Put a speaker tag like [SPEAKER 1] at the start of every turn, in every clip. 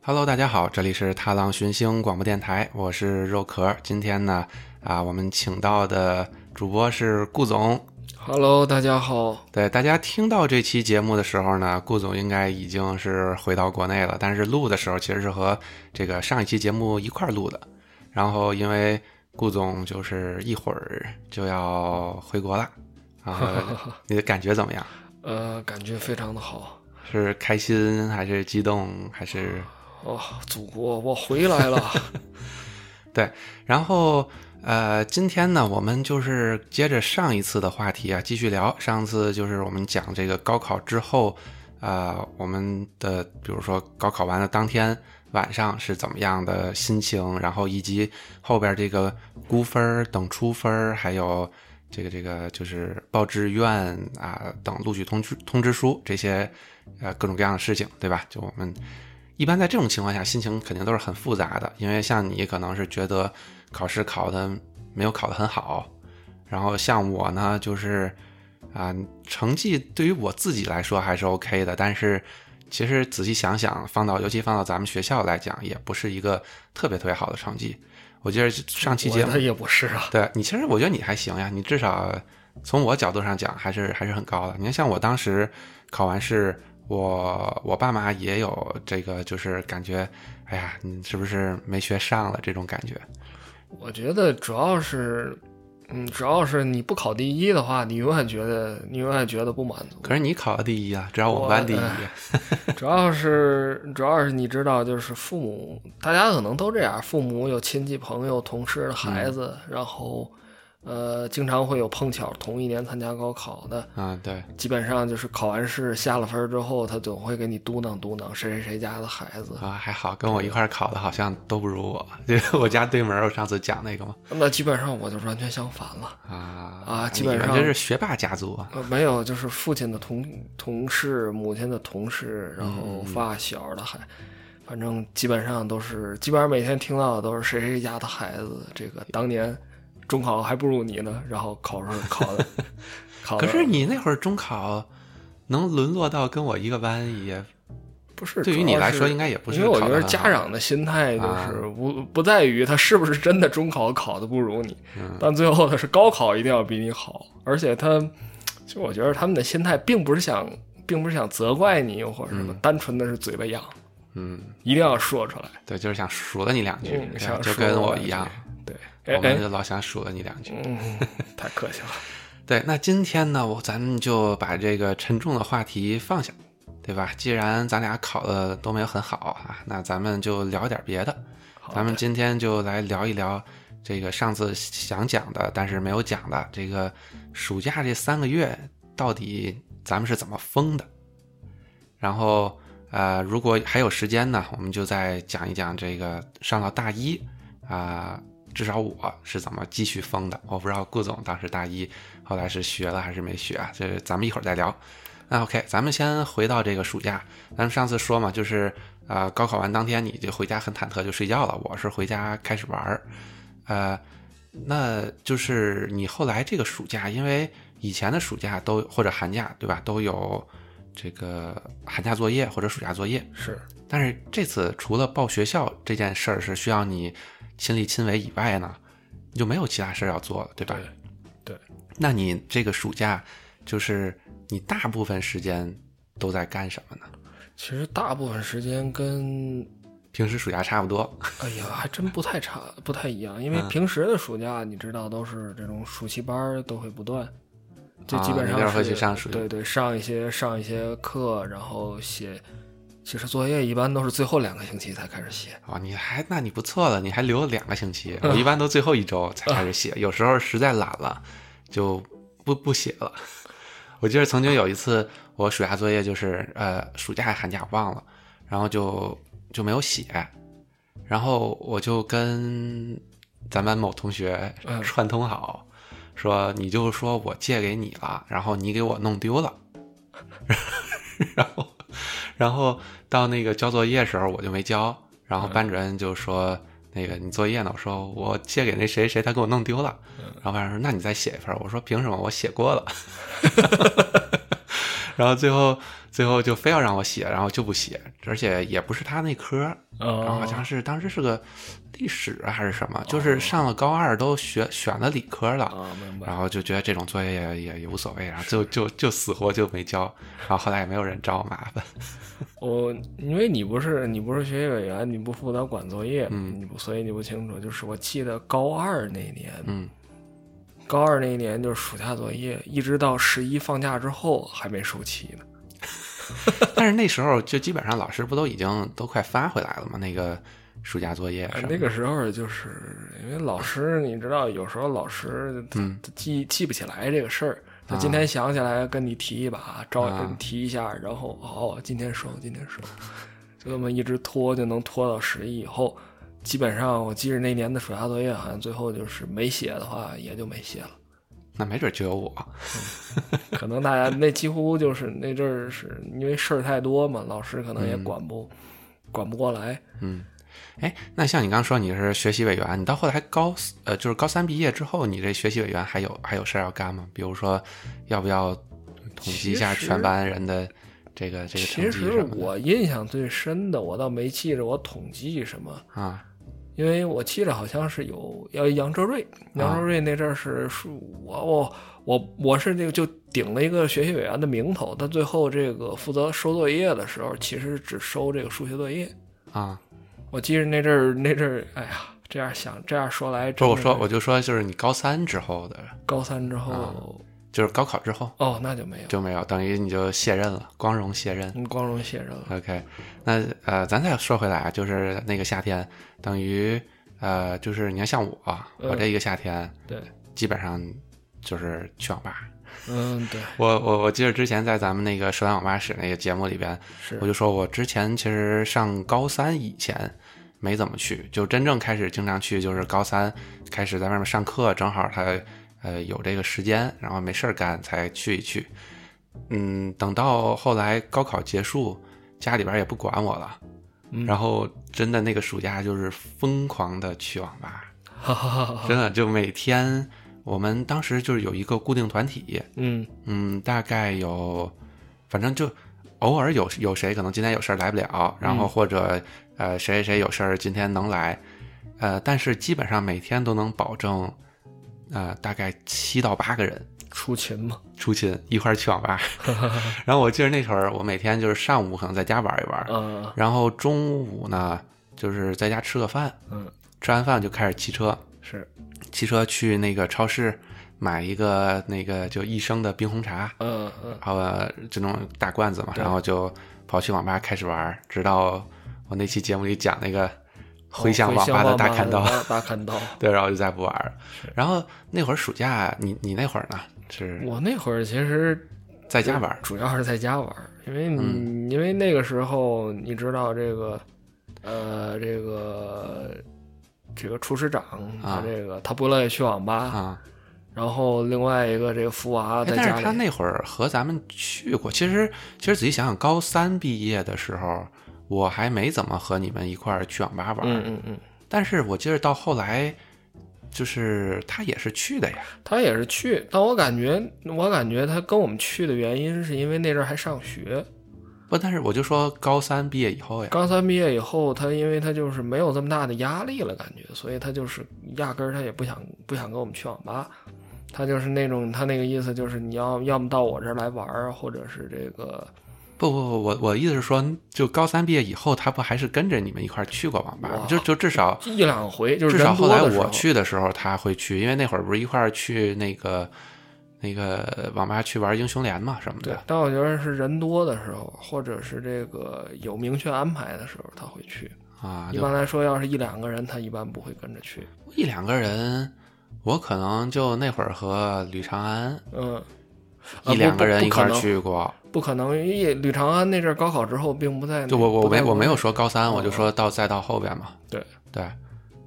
[SPEAKER 1] Hello，大家好，这里是踏浪寻星广播电台，我是肉壳。今天呢，啊，我们请到的主播是顾总。
[SPEAKER 2] Hello，大家好。
[SPEAKER 1] 对，大家听到这期节目的时候呢，顾总应该已经是回到国内了，但是录的时候其实是和这个上一期节目一块儿录的。然后因为顾总就是一会儿就要回国了，然后你的感觉怎么样？
[SPEAKER 2] 呃，感觉非常的好。
[SPEAKER 1] 是开心还是激动还是？
[SPEAKER 2] 哦，祖国，我回来了。
[SPEAKER 1] 对，然后呃，今天呢，我们就是接着上一次的话题啊，继续聊。上次就是我们讲这个高考之后，呃，我们的比如说高考完了当天晚上是怎么样的心情，然后以及后边这个估分儿、等出分儿，还有这个这个就是报志愿啊、等录取通知通知书这些呃各种各样的事情，对吧？就我们。一般在这种情况下，心情肯定都是很复杂的，因为像你可能是觉得考试考的没有考得很好，然后像我呢，就是啊、成绩对于我自己来说还是 OK 的，但是其实仔细想想，放到尤其放到咱们学校来讲，也不是一个特别特别好的成绩。我记得上期节
[SPEAKER 2] 嗯我
[SPEAKER 1] 目
[SPEAKER 2] 的也不是啊。
[SPEAKER 1] 对你，其实我觉得你还行呀，你至少从我角度上讲，还是还是很高的。你看，像我当时考完试，我我爸妈也有这个，就是感觉，哎呀，你是不是没学上了这种感觉？
[SPEAKER 2] 我觉得主要是，嗯，主要是你不考第一的话，你永远觉得你永远觉得不满足。
[SPEAKER 1] 可是你考了第一啊，只要我们班第一
[SPEAKER 2] 我，主要是主要是你知道，就是父母，大家可能都这样，父母有亲戚、朋友、同事的孩子，然后呃，经常会有碰巧同一年参加高考的，
[SPEAKER 1] 啊，对，
[SPEAKER 2] 基本上就是考完试下了分儿之后，他总会给你嘟囔嘟囔谁谁谁家的孩子。
[SPEAKER 1] 啊，还好，跟我一块儿考的好像都不如我，这个 我家对门儿，我上次讲那个嘛，
[SPEAKER 2] 那基本上我就是完全相反了，
[SPEAKER 1] 啊
[SPEAKER 2] 啊基
[SPEAKER 1] 你
[SPEAKER 2] 本
[SPEAKER 1] 们
[SPEAKER 2] 上
[SPEAKER 1] 这是学霸家族啊，
[SPEAKER 2] 呃，没有，就是父亲的同同事、母亲的同事，然
[SPEAKER 1] 嗯
[SPEAKER 2] 后发小的孩，反正基本上都是，基本上每天听到的都是谁谁家的孩子，这个当年中考还不如你呢，然后考上考 的，考的
[SPEAKER 1] 可是你那会儿中考能沦落到跟我一个班也
[SPEAKER 2] 不是
[SPEAKER 1] 对于
[SPEAKER 2] 主
[SPEAKER 1] 你
[SPEAKER 2] 要
[SPEAKER 1] 来
[SPEAKER 2] 是
[SPEAKER 1] 说应该也不是
[SPEAKER 2] 因为我
[SPEAKER 1] 考
[SPEAKER 2] 觉
[SPEAKER 1] 得
[SPEAKER 2] 得
[SPEAKER 1] 很
[SPEAKER 2] 家
[SPEAKER 1] 好
[SPEAKER 2] 长的心态就
[SPEAKER 1] 啊
[SPEAKER 2] 是不不在于他是不是真的中考考的不如你，
[SPEAKER 1] 嗯
[SPEAKER 2] 但最后的是高考一定要比你好，而且他就我觉得他们的心态并不是想，并不是想责怪你又或者什么，单纯的是嘴巴痒，
[SPEAKER 1] 嗯。
[SPEAKER 2] 一定要说出来，
[SPEAKER 1] 对，就是想数落你两句，
[SPEAKER 2] 嗯
[SPEAKER 1] 对
[SPEAKER 2] 想
[SPEAKER 1] 就
[SPEAKER 2] 数
[SPEAKER 1] 跟
[SPEAKER 2] 落
[SPEAKER 1] 我
[SPEAKER 2] 两
[SPEAKER 1] 一
[SPEAKER 2] 句
[SPEAKER 1] 样，
[SPEAKER 2] 对，
[SPEAKER 1] 我
[SPEAKER 2] 哎
[SPEAKER 1] 们
[SPEAKER 2] 哎，
[SPEAKER 1] 就老想数落你两句。
[SPEAKER 2] 嗯，太客气了，
[SPEAKER 1] 对，那今天呢，我咱们就把这个沉重的话题放下，对吧？既然咱俩考的都没有很好啊，那咱们就聊点别的。
[SPEAKER 2] 好
[SPEAKER 1] 咱们
[SPEAKER 2] 的
[SPEAKER 1] 今天就来聊一聊这个上次想讲的，但是没有讲的这个暑假这三个月到底咱们是怎么封的。然后呃，如果还有时间呢，我们就再讲一讲这个上到大一啊、至少我是怎么继续封的。我不知道顾总当时大一后来是学了还是没学啊，这咱们一会儿再聊。那 OK，咱们先回到这个暑假，咱们上次说嘛，就是呃，高考完当天你就回家很忐忑就睡觉了，我是回家开始玩儿，呃，那就是你后来这个暑假，因为以前的暑假都或者寒假对吧，都有这个寒假作业或者暑假作业，
[SPEAKER 2] 是
[SPEAKER 1] 但是这次除了报学校这件事儿是需要你亲力亲为以外呢，你就没有其他事儿要做了，对吧？
[SPEAKER 2] 对对
[SPEAKER 1] 那你这个暑假，就是你大部分时间都在干什么呢？
[SPEAKER 2] 其实大部分时间跟
[SPEAKER 1] 平时暑假差不多，
[SPEAKER 2] 哎呀，还真不太差，不太一样。因
[SPEAKER 1] 嗯
[SPEAKER 2] 为平时的暑假，你知道都是这种暑期班儿都会不断，就
[SPEAKER 1] 啊
[SPEAKER 2] 基本
[SPEAKER 1] 你
[SPEAKER 2] 上
[SPEAKER 1] 那
[SPEAKER 2] 是、
[SPEAKER 1] 会儿会去上暑期
[SPEAKER 2] 对对，上一些上一些课，然后写。其实作业一般都是最后两个星期才开始写，
[SPEAKER 1] 哦，你还那你不错了，你还留了两个星期。我一般都最后一周才开始写，有时候实在懒了，就不不写了。 我记得曾经有一次，我暑假作业就是呃，暑假还寒假忘了，然后就就没有写，然后我就跟咱班某同学
[SPEAKER 2] 嗯
[SPEAKER 1] 串通好，说你就说我借给你了，然后你给我弄丢了，然后然后到那个交作业时候我就没交，然后
[SPEAKER 2] 嗯
[SPEAKER 1] 班主任就说、那个你作业呢？我说我借给那谁谁，他给我弄丢了。
[SPEAKER 2] 嗯
[SPEAKER 1] 然后班主任说那你再写一份儿。我说凭什么？我写过了。然后最后最后就非要让我写，然后就不写，而且也不是他那科儿，然后好
[SPEAKER 2] 哦
[SPEAKER 1] 像是当时是个历史啊还是什么，就是上了高二都学选了理科了，
[SPEAKER 2] 啊，哦明白
[SPEAKER 1] 然。后就觉得这种作业也也也无所谓，然后就就就死活就没交，然后后来也没有人找我麻烦，
[SPEAKER 2] 我因为你不是你不是学习委员，你不负责管作业，你不所以你不清楚。就是我记得高二那年，
[SPEAKER 1] 嗯，
[SPEAKER 2] 高二那年就是暑假作业，一直到十一放假之后还没收齐呢。
[SPEAKER 1] 但是那时候就基本上老师不都已经都快发回来了吗？那个暑假作业
[SPEAKER 2] 哎
[SPEAKER 1] 什么的
[SPEAKER 2] 那个时候就是因为老师，你知道，有时候老师他
[SPEAKER 1] 嗯
[SPEAKER 2] 他记记不起来这个事儿。他今天想起来跟你提一把，招、
[SPEAKER 1] 啊
[SPEAKER 2] 提一下，然后哦，今天收，今天收，就这么一直拖，就能拖到十一以后。基本上我记着那年的暑假作业，好像最后就是没写的话，也就没写了。
[SPEAKER 1] 那没准就有我，
[SPEAKER 2] 可能大家那几乎就是那阵儿是因为事儿太多嘛，老师可能也管不、管不过来。
[SPEAKER 1] 嗯。哎，那像你刚说你是学习委员，你到后来高四呃，就是高三毕业之后，你这学习委员还有还有事儿要干吗？比如说，要不要统计一下
[SPEAKER 2] 其实
[SPEAKER 1] 全班人的这个这个成
[SPEAKER 2] 其
[SPEAKER 1] 绩
[SPEAKER 2] 实
[SPEAKER 1] 什么的
[SPEAKER 2] 我印象最深的，我倒没记着我统计什么，
[SPEAKER 1] 啊？
[SPEAKER 2] 因为我记着好像是有要杨哲瑞，杨
[SPEAKER 1] 啊
[SPEAKER 2] 哲瑞那阵儿是数我我我我是那个就顶了一个学习委员的名头，但最后这个负责收作业的时候，其实只收这个数学作业。
[SPEAKER 1] 啊，
[SPEAKER 2] 我记着那阵儿那阵儿，哎呀，这样想这样说来，
[SPEAKER 1] 不是我说，
[SPEAKER 2] 真的
[SPEAKER 1] 我就说就是你高三之后的，
[SPEAKER 2] 高三之后、
[SPEAKER 1] 啊就是高考之后
[SPEAKER 2] 哦，那就没有。
[SPEAKER 1] 就没有，等于你就卸任了，光荣卸任。
[SPEAKER 2] 嗯，光荣卸任了。
[SPEAKER 1] OK，那呃，咱再说回来啊，就是那个夏天，等于呃，就是你看像我，我这一个夏天
[SPEAKER 2] 嗯对，
[SPEAKER 1] 基本上就是去网吧。
[SPEAKER 2] 嗯，对，
[SPEAKER 1] 我我我记得之前在咱们那个《十万网吧室》那个节目里边，
[SPEAKER 2] 是
[SPEAKER 1] 我就说我之前其实上高三以前没怎么去，就真正开始经常去，就是高三开始在外面上课，正好他呃有这个时间，然后没事儿干才去一去。嗯，等到后来高考结束，家里边也不管我了，
[SPEAKER 2] 嗯
[SPEAKER 1] 然后真的那个暑假就是疯狂的去网吧，
[SPEAKER 2] 哈哈哈哈。
[SPEAKER 1] 真的就每天我们当时就是有一个固定团体，
[SPEAKER 2] 嗯，
[SPEAKER 1] 嗯，大概有，反正就偶尔有有谁可能今天有事儿来不了，然后或者、呃谁谁谁有事儿今天能来，呃，但是基本上每天都能保证，呃，大概七到八个人
[SPEAKER 2] 出勤嘛，
[SPEAKER 1] 出勤一块儿去网吧。然后我记得那会儿我每天就是上午可能在家玩一玩，
[SPEAKER 2] 啊，
[SPEAKER 1] 然后中午呢就是在家吃个饭，
[SPEAKER 2] 嗯，
[SPEAKER 1] 吃完饭就开始骑车，
[SPEAKER 2] 是，
[SPEAKER 1] 骑车去那个超市买一个那个就一升的冰红茶，
[SPEAKER 2] 嗯嗯，
[SPEAKER 1] 然后呃就那种大罐子嘛，
[SPEAKER 2] 对
[SPEAKER 1] 然后就跑去网吧开始玩儿，直到我那期节目里讲那
[SPEAKER 2] 哦
[SPEAKER 1] 个回响网吧的大砍刀，，
[SPEAKER 2] 大砍 刀。
[SPEAKER 1] 对，然后就再不玩儿了。然后那会儿暑假，你你那会儿呢是
[SPEAKER 2] 我那会儿其实
[SPEAKER 1] 在家玩儿，嗯
[SPEAKER 2] 主要是在家玩儿，因为你、因为那个时候你知道这个，呃，这个这个厨师长他
[SPEAKER 1] 啊
[SPEAKER 2] 这个、他不乐意去网吧，
[SPEAKER 1] 啊？
[SPEAKER 2] 然后另外一个这个福娃
[SPEAKER 1] 哎
[SPEAKER 2] 在
[SPEAKER 1] 但
[SPEAKER 2] 家
[SPEAKER 1] 是
[SPEAKER 2] 里，
[SPEAKER 1] 他那会儿和咱们去过，其实其实仔细想想，高三毕业的时候，我还没怎么和你们一块儿去网吧玩儿，
[SPEAKER 2] 嗯嗯嗯，
[SPEAKER 1] 但是我记得到后来。就是他也是去的呀，
[SPEAKER 2] 他也是去，但我感觉我感觉他跟我们去的原因是因为那阵儿还上学，
[SPEAKER 1] 不，但是我就说高三毕业以后呀，
[SPEAKER 2] 高三毕业以后，他因为他就是没有这么大的压力了，感觉，所以他就是压根儿他也不想不想跟我们去网吧，他就是那种他那个意思就是你要要么到我这儿来玩儿，或者是这个
[SPEAKER 1] 不不不，我我意思是说，就高三毕业以后，他不还是跟着你们一块儿去过网吧吗
[SPEAKER 2] 哇？
[SPEAKER 1] 就就至少
[SPEAKER 2] 一两回，就是
[SPEAKER 1] 至少
[SPEAKER 2] 人
[SPEAKER 1] 后
[SPEAKER 2] 多
[SPEAKER 1] 来
[SPEAKER 2] 的时
[SPEAKER 1] 我
[SPEAKER 2] 候，
[SPEAKER 1] 去的时候，他会去，因为那会儿不是一块儿去那个那个网吧去玩英雄联嘛什么
[SPEAKER 2] 对
[SPEAKER 1] 的。，
[SPEAKER 2] 但我觉得是人多的时候，或者是这个有明确安排的时候，他会去。
[SPEAKER 1] 啊，
[SPEAKER 2] 一
[SPEAKER 1] 就
[SPEAKER 2] 般来说，要是一两个人，他一般不会跟着去。
[SPEAKER 1] 一两个人，我可能就那会儿和吕长安
[SPEAKER 2] 嗯，
[SPEAKER 1] 一
[SPEAKER 2] 啊
[SPEAKER 1] 两个人一块儿
[SPEAKER 2] 不不可能
[SPEAKER 1] 去过。
[SPEAKER 2] 不可能，因为吕长安那阵儿高考之后并不在那。
[SPEAKER 1] 就我我
[SPEAKER 2] 不在
[SPEAKER 1] 没我
[SPEAKER 2] 国
[SPEAKER 1] 没有
[SPEAKER 2] 内
[SPEAKER 1] 说高三，我就
[SPEAKER 2] 哦
[SPEAKER 1] 说到再到后边嘛。
[SPEAKER 2] 对
[SPEAKER 1] 对，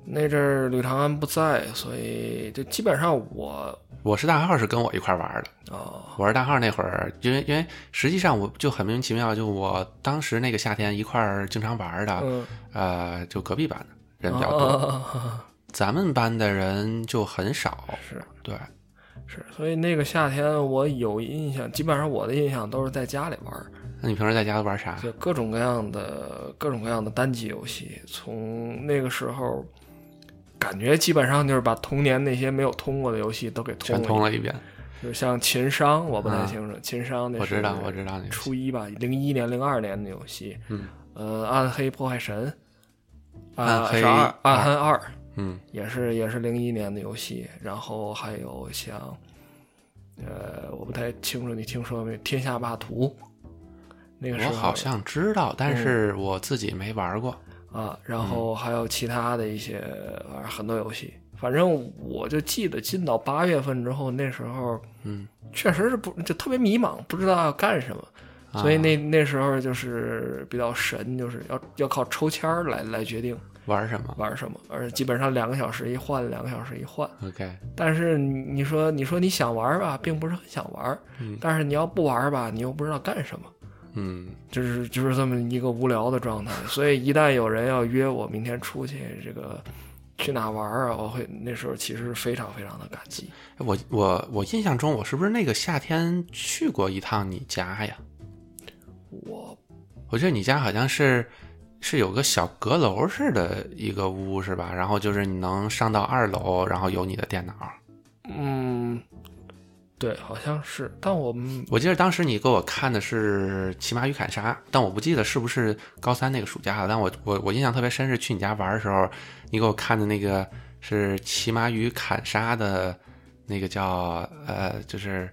[SPEAKER 2] 那阵儿吕长安不在，所以就基本上我
[SPEAKER 1] 我是大号是跟我一块儿玩的。
[SPEAKER 2] 哦，
[SPEAKER 1] 我是大号那会儿，因为因为实际上我就很莫名其妙，就我当时那个夏天一块儿经常玩儿的，
[SPEAKER 2] 嗯，哦
[SPEAKER 1] 呃，就隔壁班的啊人比较多，
[SPEAKER 2] 啊，
[SPEAKER 1] 咱们班的人就很少。
[SPEAKER 2] 是
[SPEAKER 1] 对，
[SPEAKER 2] 是，所以那个夏天我有印象，基本上我的印象都是在家里玩儿，
[SPEAKER 1] 那你平时在家都玩啥？
[SPEAKER 2] 就各种各样的各种各样的单机游戏。从那个时候，感觉基本上就是把童年那些没有通过的游戏都给通
[SPEAKER 1] 全
[SPEAKER 2] 了，
[SPEAKER 1] 通了一遍。
[SPEAKER 2] 就是像秦商，我不太
[SPEAKER 1] 啊
[SPEAKER 2] 清楚，秦商那
[SPEAKER 1] 我知道，
[SPEAKER 2] 是
[SPEAKER 1] 我知道那个
[SPEAKER 2] 初一吧，零一年、零二年的游戏，
[SPEAKER 1] 嗯，
[SPEAKER 2] 呃，暗黑破坏神，
[SPEAKER 1] 暗
[SPEAKER 2] 啊，
[SPEAKER 1] 黑
[SPEAKER 2] 是二，
[SPEAKER 1] 二
[SPEAKER 2] 暗黑二
[SPEAKER 1] 嗯
[SPEAKER 2] 也是也是零一年的游戏，然后还有像，呃，我不太清楚你听说没，天下霸图，那个时
[SPEAKER 1] 我
[SPEAKER 2] 候嗯
[SPEAKER 1] 好像知道，但是我自己没玩过。
[SPEAKER 2] 啊，然
[SPEAKER 1] 嗯
[SPEAKER 2] 后还有其他的一些，反正很多游戏，反正我就记得进到八月份之后，那时候
[SPEAKER 1] 嗯，
[SPEAKER 2] 确实是不就特别迷茫，不知道要干什么。所
[SPEAKER 1] 啊
[SPEAKER 2] 以那那时候就是比较神，就是要要靠抽签儿来来决定
[SPEAKER 1] 啊玩什么
[SPEAKER 2] 玩什么，而基本上两个小时一换，两个小时一换。
[SPEAKER 1] ？OK，
[SPEAKER 2] 但是你你说你说你想玩吧，并不是很想玩，
[SPEAKER 1] 嗯
[SPEAKER 2] 但是你要不玩吧，你又不知道干什么，
[SPEAKER 1] 嗯，
[SPEAKER 2] 就是就是这么一个无聊的状态。所以一旦有人要约我明天出去，这个去哪玩啊，我会那时候其实非常非常的感激。
[SPEAKER 1] 我我我印象中，我是不是那个夏天去过一趟你家呀？
[SPEAKER 2] 我
[SPEAKER 1] 我记得你家好像是是有个小阁楼似的一个屋是吧？然后就是你能上到二楼，然后有你的电脑。
[SPEAKER 2] 嗯，对，好像是，但我们
[SPEAKER 1] 我记得当时你给我看的是《骑马与砍杀》，但我不记得是不是高三那个暑假了。但我我我印象特别深是去你家玩的时候，你给我看的那个是《骑马与砍杀》的那个叫呃，就是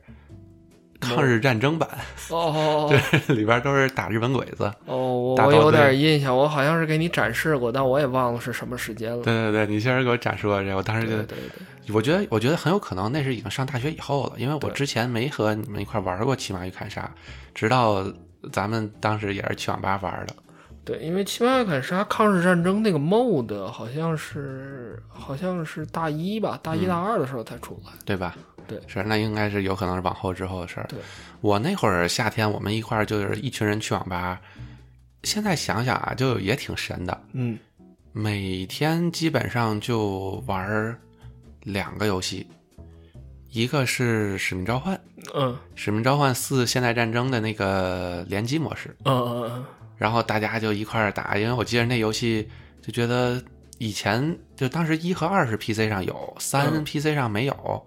[SPEAKER 1] 抗日战争版，
[SPEAKER 2] 哦哦哦。哦
[SPEAKER 1] 对，里边都是打日本鬼子。
[SPEAKER 2] 哦，我
[SPEAKER 1] 大
[SPEAKER 2] 我
[SPEAKER 1] 刀
[SPEAKER 2] 有
[SPEAKER 1] 队
[SPEAKER 2] 点印象，我好像是给你展示过，但我也忘了是什么时间了。
[SPEAKER 1] 对对对，你确实给我展示过这个，我当时
[SPEAKER 2] 对
[SPEAKER 1] 就
[SPEAKER 2] 对对
[SPEAKER 1] 我觉得，我觉得很有可能那是已经上大学以后了，因为我
[SPEAKER 2] 对
[SPEAKER 1] 之前没和你们一块玩过《骑马与砍杀》，直到咱们当时也是去网吧玩的。
[SPEAKER 2] 对，因为《七八月砍杀》抗日战争那个 MOD 好像是好像是大一吧，大一
[SPEAKER 1] 嗯
[SPEAKER 2] 大二的时候才出来。
[SPEAKER 1] 对吧？
[SPEAKER 2] 对
[SPEAKER 1] 是那应该是有可能是往后之后的事儿。
[SPEAKER 2] 对，
[SPEAKER 1] 我那会儿夏天我们一块儿就是一群人去网吧，现在想想啊，就也挺神的，
[SPEAKER 2] 嗯，
[SPEAKER 1] 每天基本上就玩儿两个游戏，一个是《使命召唤》，《
[SPEAKER 2] 嗯
[SPEAKER 1] 使命召唤四：现代战争》的那个联机模式，
[SPEAKER 2] 嗯嗯
[SPEAKER 1] 然后大家就一块儿打，因为我记得那游戏就觉得以前就当时一和二是 PC 上有，三
[SPEAKER 2] 嗯
[SPEAKER 1] PC 上没有，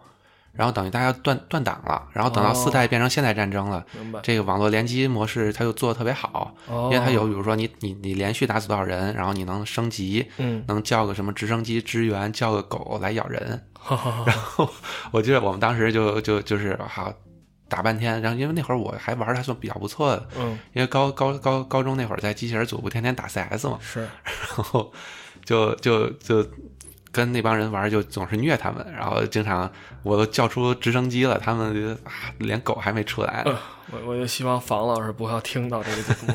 [SPEAKER 1] 然后等于大家断断档了，然后等到
[SPEAKER 2] 哦
[SPEAKER 1] 四代变成现代战争了，
[SPEAKER 2] 嗯，明白。
[SPEAKER 1] 这个网络联机模式它就做的特别好，
[SPEAKER 2] 哦
[SPEAKER 1] 因为它有比如说你你你连续打死多少人，然后你能升级，
[SPEAKER 2] 嗯，
[SPEAKER 1] 能叫个什么直升机支援，叫个狗来咬人，
[SPEAKER 2] 哈哈哈。
[SPEAKER 1] 我记得我们当时就就就是好。打半天，然后因为那会儿我还玩的还算比较不错的，
[SPEAKER 2] 嗯，
[SPEAKER 1] 因为高高高高中那会儿在机器人组不天天打 CS 嘛，
[SPEAKER 2] 是
[SPEAKER 1] 然后就就就跟那帮人玩，就总是虐他们，然后经常我都叫出直升机了，他们就啊连狗还没出来呢。
[SPEAKER 2] 嗯我我就希望房老师不要听到这个节 目，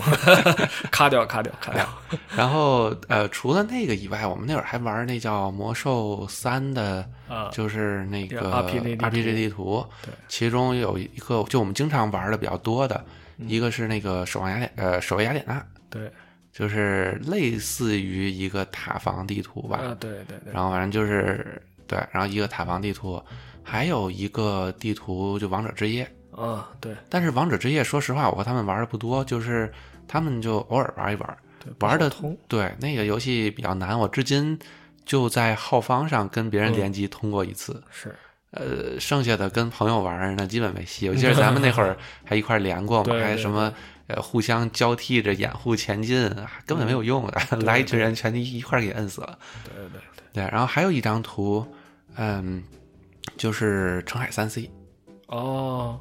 [SPEAKER 2] 咔掉咔掉咔掉。
[SPEAKER 1] 然后呃，除了那个以外，我们那会儿还玩那叫《魔兽三》的，
[SPEAKER 2] 啊
[SPEAKER 1] 就是那
[SPEAKER 2] 这
[SPEAKER 1] 个
[SPEAKER 2] 个 RPG 地图
[SPEAKER 1] RPG 地图
[SPEAKER 2] 对，
[SPEAKER 1] 其中有一个就我们经常玩的比较多的，
[SPEAKER 2] 嗯
[SPEAKER 1] 一个是那个守望雅典呃守卫雅典娜，
[SPEAKER 2] 对
[SPEAKER 1] 就是类似于一个塔防地图吧，
[SPEAKER 2] 啊，对对对，
[SPEAKER 1] 然后反正就是对，然后一个塔防地图，还有一个地图就王者之夜。
[SPEAKER 2] 啊对
[SPEAKER 1] 但是王者之夜，说实话，我和他们玩的不多，就是他们就偶尔玩一玩。
[SPEAKER 2] 对，
[SPEAKER 1] 玩得
[SPEAKER 2] 不好通。
[SPEAKER 1] 对，那个游戏比较难，我至今就在浩方上跟别人
[SPEAKER 2] 嗯
[SPEAKER 1] 联机通过一次。
[SPEAKER 2] 是，
[SPEAKER 1] 呃，剩下的跟朋友玩儿那基本没戏。我记得咱们那会 儿还一块儿连过，我们
[SPEAKER 2] 对
[SPEAKER 1] 还
[SPEAKER 2] 对
[SPEAKER 1] 什么呃互相交替着掩护前进，啊根本没有用的， 来一群人全一一块儿给摁死了。
[SPEAKER 2] 对对对对。
[SPEAKER 1] 对，然后还有一张图，嗯，就是澄海三 C。
[SPEAKER 2] 哦，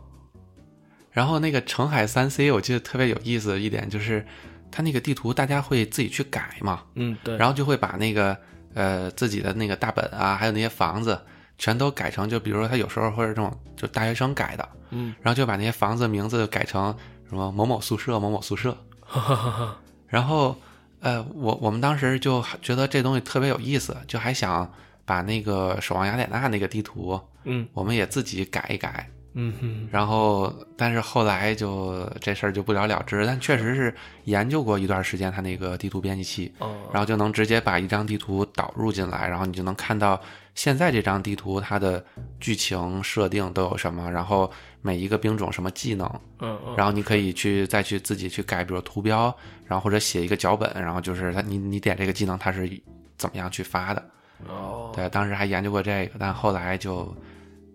[SPEAKER 1] 然后那个澄海三 C，我记得特别有意思的一点就是，它那个地图大家会自己去改嘛，
[SPEAKER 2] 嗯对。
[SPEAKER 1] 然后就会把那个呃自己的那个大本啊，还有那些房子全都改成，就比如说他有时候会是这种就大学生改的，
[SPEAKER 2] 嗯，
[SPEAKER 1] 然后就把那些房子名字改成什么某某宿舍、某某宿舍，
[SPEAKER 2] 哈哈哈哈。
[SPEAKER 1] 然后，呃，我我们当时就觉得这东西特别有意思，就还想把那个《守望雅典娜》那个地图，
[SPEAKER 2] 嗯
[SPEAKER 1] 我们也自己改一改，
[SPEAKER 2] 嗯哼，
[SPEAKER 1] 然后，但是后来就这事儿就不了了之。但确实是研究过一段时间它那个地图编辑器，
[SPEAKER 2] 哦，
[SPEAKER 1] 然后就能直接把一张地图导入进来，然后你就能看到现在这张地图它的剧情设定都有什么，然后每一个兵种什么技能，
[SPEAKER 2] 嗯嗯，
[SPEAKER 1] 然后你可以去再去自己去改，比如图标，然后或者写一个脚本，然后就是它你你点这个技能它是怎么样去发的。
[SPEAKER 2] 哦，
[SPEAKER 1] 对，啊当时还研究过这个，但后来就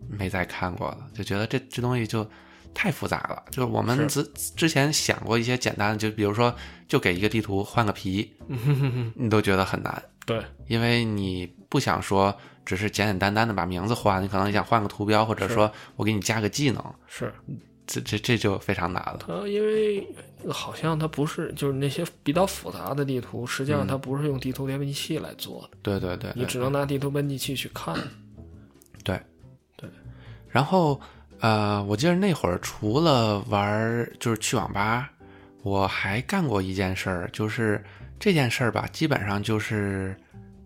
[SPEAKER 1] 没再看过了，就觉得这这东西就太复杂了。就是我们之之前想过一些简单的，就比如说就给一个地图换个皮，
[SPEAKER 2] 嗯哼哼哼，
[SPEAKER 1] 你都觉得很难，
[SPEAKER 2] 对，
[SPEAKER 1] 因为你不想说只是简简单单的把名字换，你可能你想换个图标，或者
[SPEAKER 2] 是
[SPEAKER 1] 说我给你加个技能，
[SPEAKER 2] 是
[SPEAKER 1] 这这这就非常难了。
[SPEAKER 2] 它，因为好像它不是，就是那些比较复杂的地图，实际
[SPEAKER 1] 嗯
[SPEAKER 2] 上它不是用地图编辑器来做的，
[SPEAKER 1] 对对对，
[SPEAKER 2] 你只能拿地图编辑器去看。
[SPEAKER 1] 对
[SPEAKER 2] 对。
[SPEAKER 1] 然后呃，我记得那会儿除了玩儿就是去网吧，我还干过一件事儿，就是这件事儿吧，基本上就是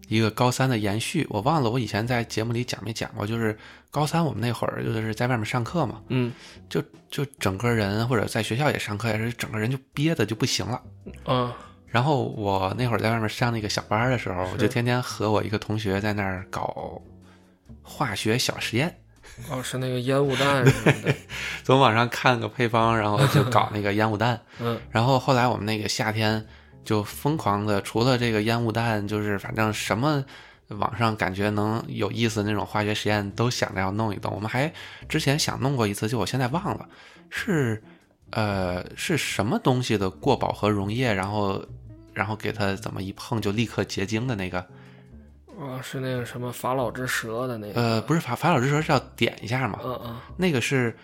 [SPEAKER 1] 一个高三的延续。我忘了我以前在节目里讲没讲过，就是高三我们那会儿就是在外面上课嘛，
[SPEAKER 2] 嗯，
[SPEAKER 1] 就就整个人或者在学校也上课也是整个人就憋的就不行了。
[SPEAKER 2] 啊，
[SPEAKER 1] 然后我那会儿在外面上那个小班儿的时候，我
[SPEAKER 2] 是
[SPEAKER 1] 就天天和我一个同学在那儿搞化学小实验，
[SPEAKER 2] 哦，是那个烟雾弹什么的，
[SPEAKER 1] 从网上看个配方，然后就搞那个烟雾弹。
[SPEAKER 2] 嗯
[SPEAKER 1] 然后后来我们那个夏天就疯狂的，除了这个烟雾弹，就是反正什么网上感觉能有意思的那种化学实验都想着要弄一弄。我们还之前想弄过一次，就我现在忘了是呃是什么东西的过饱和溶液，然后然后给它怎么一碰就立刻结晶的那个，
[SPEAKER 2] 啊，是那个什么法老之蛇的那个，
[SPEAKER 1] 呃不是法法老之蛇是要点一下嘛？
[SPEAKER 2] 嗯嗯，
[SPEAKER 1] 那个是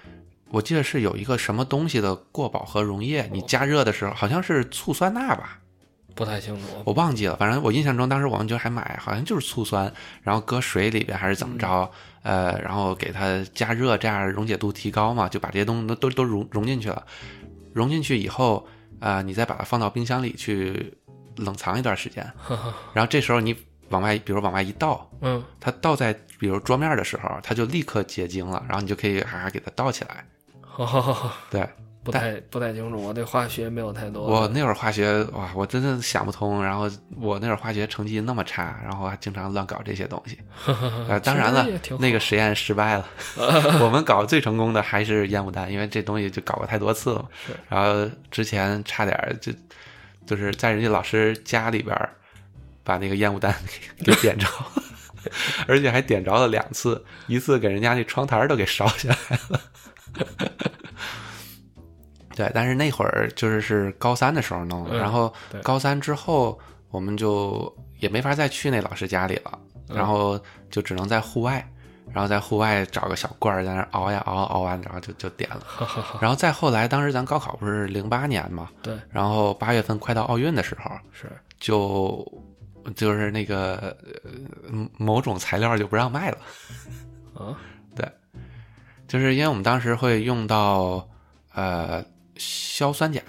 [SPEAKER 1] 我记得是有一个什么东西的过饱和溶液，你加热的时候好像是醋酸钠吧，
[SPEAKER 2] 不太清楚，
[SPEAKER 1] 我忘记了。反正我印象中当时我们就还买，好像就是醋酸，然后搁水里边还是怎么着，呃，然后给它加热，这样溶解度提高嘛，就把这些东西都都都融融进去了。融进去以后，呃，你再把它放到冰箱里去冷藏一段时间，
[SPEAKER 2] 呵呵
[SPEAKER 1] 然后这时候你往外，比如往外一倒，
[SPEAKER 2] 嗯，
[SPEAKER 1] 它倒在比如桌面的时候，它就立刻结晶了，然后你就可以还、给它倒起来，
[SPEAKER 2] 好好好好，
[SPEAKER 1] 对。
[SPEAKER 2] 不太不太清楚，我对化学没有太多，
[SPEAKER 1] 我那会儿化学哇，我真的想不通。然后我那会儿化学成绩那么差，然后还经常乱搞这些东西。呃，当然了
[SPEAKER 2] 其实也挺，好
[SPEAKER 1] 那个实验失败 了。我们搞最成功的还是烟雾弹，因为这东西就搞过太多次了。然后之前差点儿就就是在人家老师家里边儿把那个烟雾弹给给点着， 而且还点着了两次，一次给人家那窗台儿都给烧下来了。 对，但是那会儿就是是高三的时候弄的，
[SPEAKER 2] 嗯
[SPEAKER 1] 然后
[SPEAKER 2] 对
[SPEAKER 1] 高三之后我们就也没法再去那老师家里了，然后就只能在户外，然后在户外找个小罐儿在那儿熬呀熬，熬完然后就就点了，
[SPEAKER 2] 哈哈哈，
[SPEAKER 1] 然后再后来，当时咱高考不是零八年嘛，
[SPEAKER 2] 对，
[SPEAKER 1] 然后八月份快到奥运的时候，
[SPEAKER 2] 是，
[SPEAKER 1] 就就是那个呃某种材料就不让卖了，
[SPEAKER 2] 啊，
[SPEAKER 1] 就是因为我们当时会用到呃硝酸钾，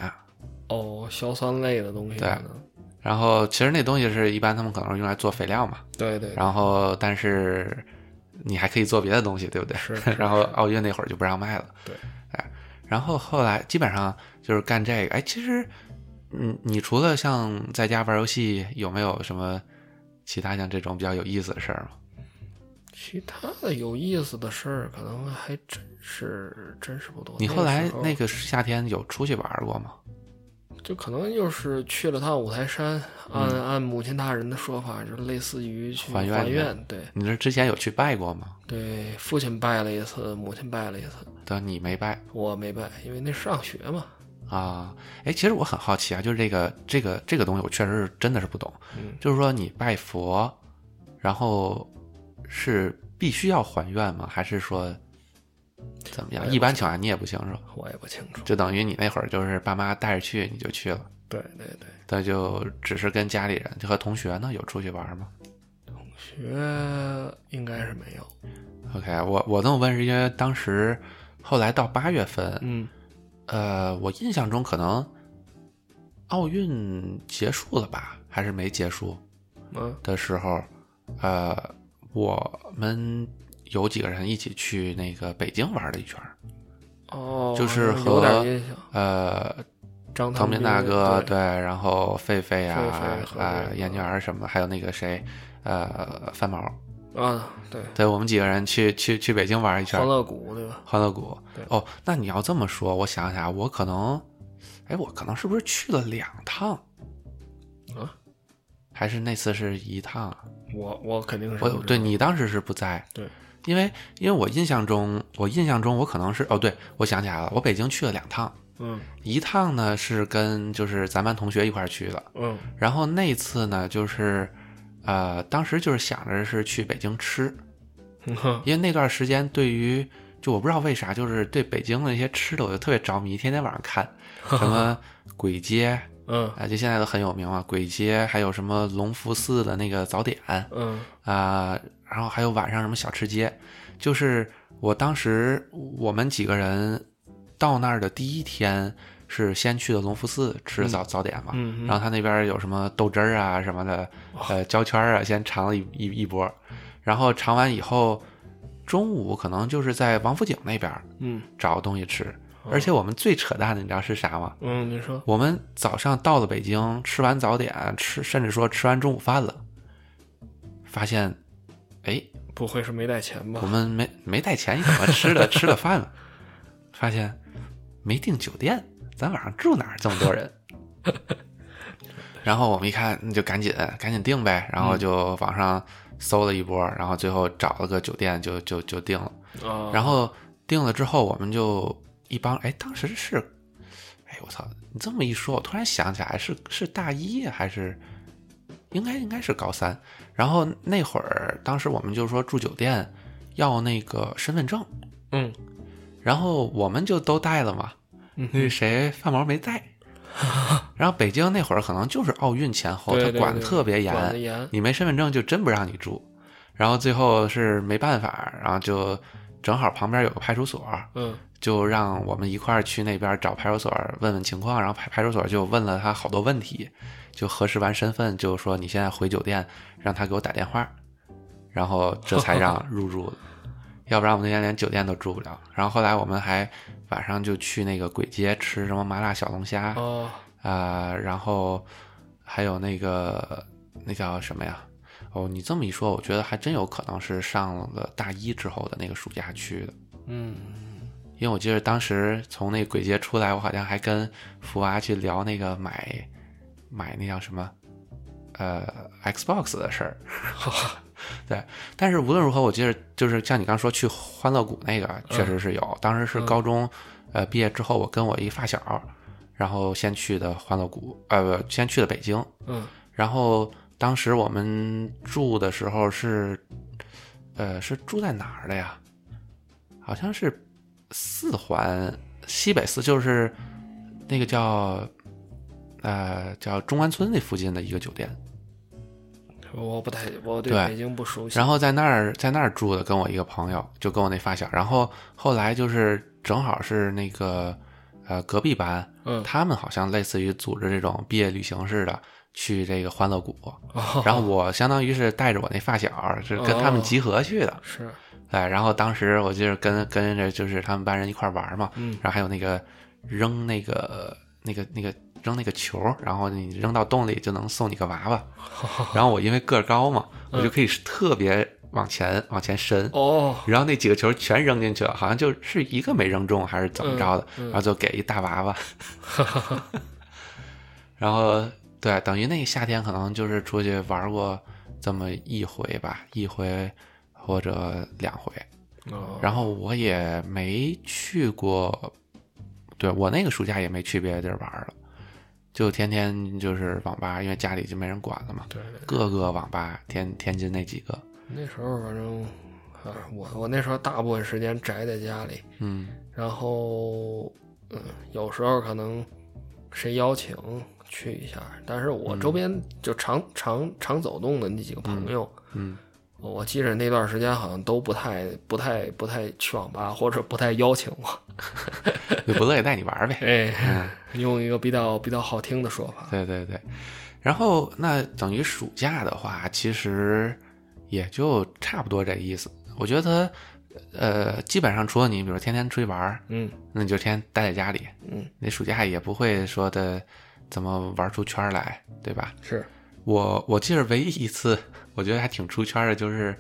[SPEAKER 2] 哦，硝酸类的东西
[SPEAKER 1] 对
[SPEAKER 2] 可能，
[SPEAKER 1] 然后其实那东西是一般他们可能是用来做肥料嘛，
[SPEAKER 2] 对对，
[SPEAKER 1] 然后但是你还可以做别的东西，对不对？
[SPEAKER 2] 嗯 是是
[SPEAKER 1] 然后奥运那会儿就不让卖了。
[SPEAKER 2] 对，
[SPEAKER 1] 哎，然后后来基本上就是干这个。哎，其实，嗯，你除了像在家玩游戏，有没有什么其他像这种比较有意思的事儿吗？
[SPEAKER 2] 其他的有意思的事儿可能还真是真是不多。
[SPEAKER 1] 你
[SPEAKER 2] 那
[SPEAKER 1] 后
[SPEAKER 2] 个
[SPEAKER 1] 来
[SPEAKER 2] 时候
[SPEAKER 1] 那个夏天有出去玩过吗？
[SPEAKER 2] 就可能又是去了趟五台山，按按母亲大人的说法，就类似于去
[SPEAKER 1] 嗯还
[SPEAKER 2] 还
[SPEAKER 1] 愿去
[SPEAKER 2] 对
[SPEAKER 1] 你是之前有去拜过吗？
[SPEAKER 2] 对，父亲拜了一次，母亲拜了一次，
[SPEAKER 1] 对，你没拜
[SPEAKER 2] 我没拜，因为那上学嘛。
[SPEAKER 1] 啊？哎，其实我很好奇啊，就是这个这个这个东西，我确实是真的是不懂。
[SPEAKER 2] 嗯，
[SPEAKER 1] 就是说你拜佛，然后是必须要还愿吗？还是说怎么
[SPEAKER 2] 哎
[SPEAKER 1] 样？
[SPEAKER 2] 我
[SPEAKER 1] 一般情况下你也不行是吧？
[SPEAKER 2] 我也不清楚。
[SPEAKER 1] 就等于你那会儿就是爸妈带着去你就去了，
[SPEAKER 2] 对对对，
[SPEAKER 1] 但就只是跟家里人就和同学呢有出去玩吗
[SPEAKER 2] 学应该是没有。
[SPEAKER 1] ？OK，我我这么问是因为当时后来到八月份，
[SPEAKER 2] 嗯，
[SPEAKER 1] 呃，我印象中可能奥运结束了吧，还是没结束？
[SPEAKER 2] 嗯
[SPEAKER 1] 的时候，呃，我们有几个人一起去那个北京玩了一圈儿，
[SPEAKER 2] 哦，
[SPEAKER 1] 就是
[SPEAKER 2] 有点
[SPEAKER 1] 和
[SPEAKER 2] 印象。
[SPEAKER 1] 呃，
[SPEAKER 2] 张
[SPEAKER 1] 唐
[SPEAKER 2] 斌
[SPEAKER 1] 斌大哥
[SPEAKER 2] 对，
[SPEAKER 1] 然后狒狒啊
[SPEAKER 2] 狒狒和
[SPEAKER 1] 啊
[SPEAKER 2] 这个
[SPEAKER 1] 研究员什么的，还有那个谁呃范毛，
[SPEAKER 2] 啊，对，
[SPEAKER 1] 对我们几个人去去去北京玩一圈
[SPEAKER 2] 欢
[SPEAKER 1] 儿，
[SPEAKER 2] 乐谷对吧？
[SPEAKER 1] 欢乐谷
[SPEAKER 2] 对。
[SPEAKER 1] 哦，那你要这么说，我想想，我可能，哎，我可能是不是去了两趟
[SPEAKER 2] 啊？
[SPEAKER 1] 还是那次是一趟啊？
[SPEAKER 2] 我我肯定是
[SPEAKER 1] 我
[SPEAKER 2] 不知
[SPEAKER 1] 对
[SPEAKER 2] 道
[SPEAKER 1] 你当时是不在，
[SPEAKER 2] 对，
[SPEAKER 1] 因为因为我印象中，我印象中我可能是哦，对我想起来了，我北京去了两趟，
[SPEAKER 2] 嗯
[SPEAKER 1] 一趟呢是跟就是咱班同学一块儿去的，
[SPEAKER 2] 嗯
[SPEAKER 1] 然后那次呢就是，呃，当时就是想着是去北京吃，
[SPEAKER 2] 嗯哼
[SPEAKER 1] 因为那段时间对于就我不知道为啥，就是对北京的一些吃的我就特别着迷，天天晚上看什么簋街
[SPEAKER 2] 嗯
[SPEAKER 1] 啊、就现在都很有名嘛，簋街还有什么隆福寺的那个早点啊、
[SPEAKER 2] 嗯
[SPEAKER 1] 然后还有晚上什么小吃街，就是我当时我们几个人到那儿的第一天是先去的隆福寺吃早、早点嘛，
[SPEAKER 2] 嗯，
[SPEAKER 1] 然后他那边有什么豆汁儿啊什么的，呃，胶圈儿啊，先尝了一一一波，然后尝完以后，中午可能就是在王府井那边儿
[SPEAKER 2] 嗯
[SPEAKER 1] 找东西吃。
[SPEAKER 2] 哦
[SPEAKER 1] 而且我们最扯淡的，你知道是啥吗？
[SPEAKER 2] 嗯，你说
[SPEAKER 1] 我们早上到了北京，吃完早点，吃甚至说吃完中午饭了，发现，哎，
[SPEAKER 2] 不会是没带钱吧
[SPEAKER 1] 我？们没没带钱，你怎么吃的吃的饭了？发现没订酒店，咱晚上住哪儿？这么多人。然后我们一看，那就赶紧赶紧订呗。然后就网上搜了一波，然后最后找了个酒店就就就订了。
[SPEAKER 2] 啊，
[SPEAKER 1] 然后订了之后，我们就一帮哎，当时是，哎我操！你这么一说，我突然想起来是是大一还是应该应该是高三。然后那会儿，当时我们就说住酒店要那个身份证，
[SPEAKER 2] 嗯
[SPEAKER 1] 然后我们就都带了嘛。
[SPEAKER 2] 嗯
[SPEAKER 1] 那谁范毛没 带。然后北京那会儿可能就是奥运前后，
[SPEAKER 2] 对
[SPEAKER 1] 他
[SPEAKER 2] 对
[SPEAKER 1] 管
[SPEAKER 2] 对
[SPEAKER 1] 特别严，
[SPEAKER 2] 管得严
[SPEAKER 1] 你没身份证就真不让你住。然后最后是没办法，然后就正好旁边有个派出所，
[SPEAKER 2] 嗯
[SPEAKER 1] 就让我们一块儿去那边找派出所问问情况。然后派派出所就问了他好多问题，就核实完身份，就说你现在回酒店，让他给我打电话，然后这才让入住的。要不然我们那天连酒店都住不了。然后后来我们还晚上就去那个簋街吃什么麻辣小龙虾，
[SPEAKER 2] 哦
[SPEAKER 1] 啊，然后还有那个那叫什么呀？哦，你这么一说，我觉得还真有可能是上了大一之后的那个暑假去的，
[SPEAKER 2] 嗯
[SPEAKER 1] 因为我记得当时从那鬼节出来，我好像还跟福娃去聊那个买买那叫什么呃 Xbox 的事儿。 对，但是无论如何，我记得就是像你刚说去欢乐谷那个，确实是有。当时是高中，呃，毕业之后，我跟我一发小，然后先去的欢乐谷，呃，不，先去的北京。
[SPEAKER 2] 嗯
[SPEAKER 1] 然后当时我们住的时候是，呃，是住在哪儿的呀？好像是四环西北四，就是那个叫呃叫中关村那附近的一个酒店。
[SPEAKER 2] 我不太我对
[SPEAKER 1] 对
[SPEAKER 2] 北京不熟悉，
[SPEAKER 1] 然后在那儿在那儿住的，跟我一个朋友，就跟我那发小。然后后来就是正好是那个呃隔壁班，
[SPEAKER 2] 嗯
[SPEAKER 1] 他们好像类似于组织这种毕业旅行似的，去这个欢乐谷。
[SPEAKER 2] 哦
[SPEAKER 1] 然后我相当于是带着我那发小，是跟他们集合去的。
[SPEAKER 2] 是
[SPEAKER 1] 哎，然后当时我就是跟跟着就是他们班人一块儿玩嘛，
[SPEAKER 2] 嗯
[SPEAKER 1] 然后还有那个扔那个那个那个扔那个球儿，然后你扔到洞里就能送你个娃 娃。然后我因为个儿高嘛，我就可以特别往前往前伸。
[SPEAKER 2] 嗯哦
[SPEAKER 1] 然后那几个球全扔进去了，好像就是一个没扔中，还是怎么着的，
[SPEAKER 2] 嗯嗯
[SPEAKER 1] 然后就给一大娃 娃。然后对，等于那个夏天可能就是出去玩过这么一回吧，一回或者两回。
[SPEAKER 2] 哦
[SPEAKER 1] 然后我也没去过，对我那个暑假也没去别的地儿玩了，就天天就是网吧，因为家里就没人管了嘛，
[SPEAKER 2] 对对
[SPEAKER 1] 各个网吧，天天津那几个，
[SPEAKER 2] 那时候反正啊我我那时候大部分时间宅在家里，
[SPEAKER 1] 嗯
[SPEAKER 2] 然后嗯有时候可能谁邀请去一下，但是我周边就常常常走动的那几个朋友。
[SPEAKER 1] 嗯
[SPEAKER 2] 我记着那段时间好像都不太、不太、不太去网吧，或者不太邀请我。
[SPEAKER 1] 就不乐意带你玩儿呗。
[SPEAKER 2] 哎，用一个比较比较好听的说法，
[SPEAKER 1] 对对对，然后那等于暑假的话，其实也就差不多这意思。我觉得他，呃，基本上除了你，比如天天出去玩儿，
[SPEAKER 2] 嗯
[SPEAKER 1] 那你就天天待在家里，
[SPEAKER 2] 嗯，
[SPEAKER 1] 你暑假也不会说的怎么玩出圈儿来，对吧？
[SPEAKER 2] 是，
[SPEAKER 1] 我我记得唯一一次，我觉得还挺出圈的，就是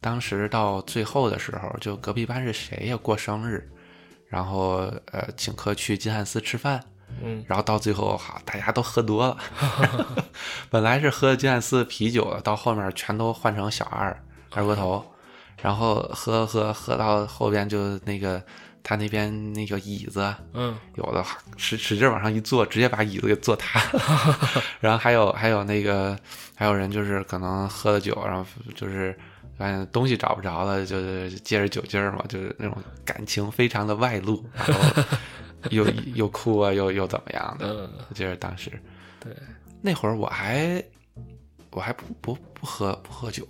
[SPEAKER 1] 当时到最后的时候，就隔壁班是谁呀过生日，然后呃请客去金汉斯吃饭，
[SPEAKER 2] 嗯
[SPEAKER 1] 然后到最后哈大家都喝多了，本来是喝金汉斯啤酒的，到后面全都换成小二二锅头，然后喝喝喝到后边就那个他那边那个椅子
[SPEAKER 2] 嗯
[SPEAKER 1] 有的哈使使劲往上一坐，直接把椅子给坐塌了。 然后还有还有那个还有人就是可能喝了酒，然后就是发现东西找不着了，就是借着酒劲儿嘛，就是那种感情非常的外露，然后又又哭啊，又又怎么样的。
[SPEAKER 2] 嗯，
[SPEAKER 1] 我记得当时
[SPEAKER 2] 对
[SPEAKER 1] 那会儿我还我还不不不喝不喝酒，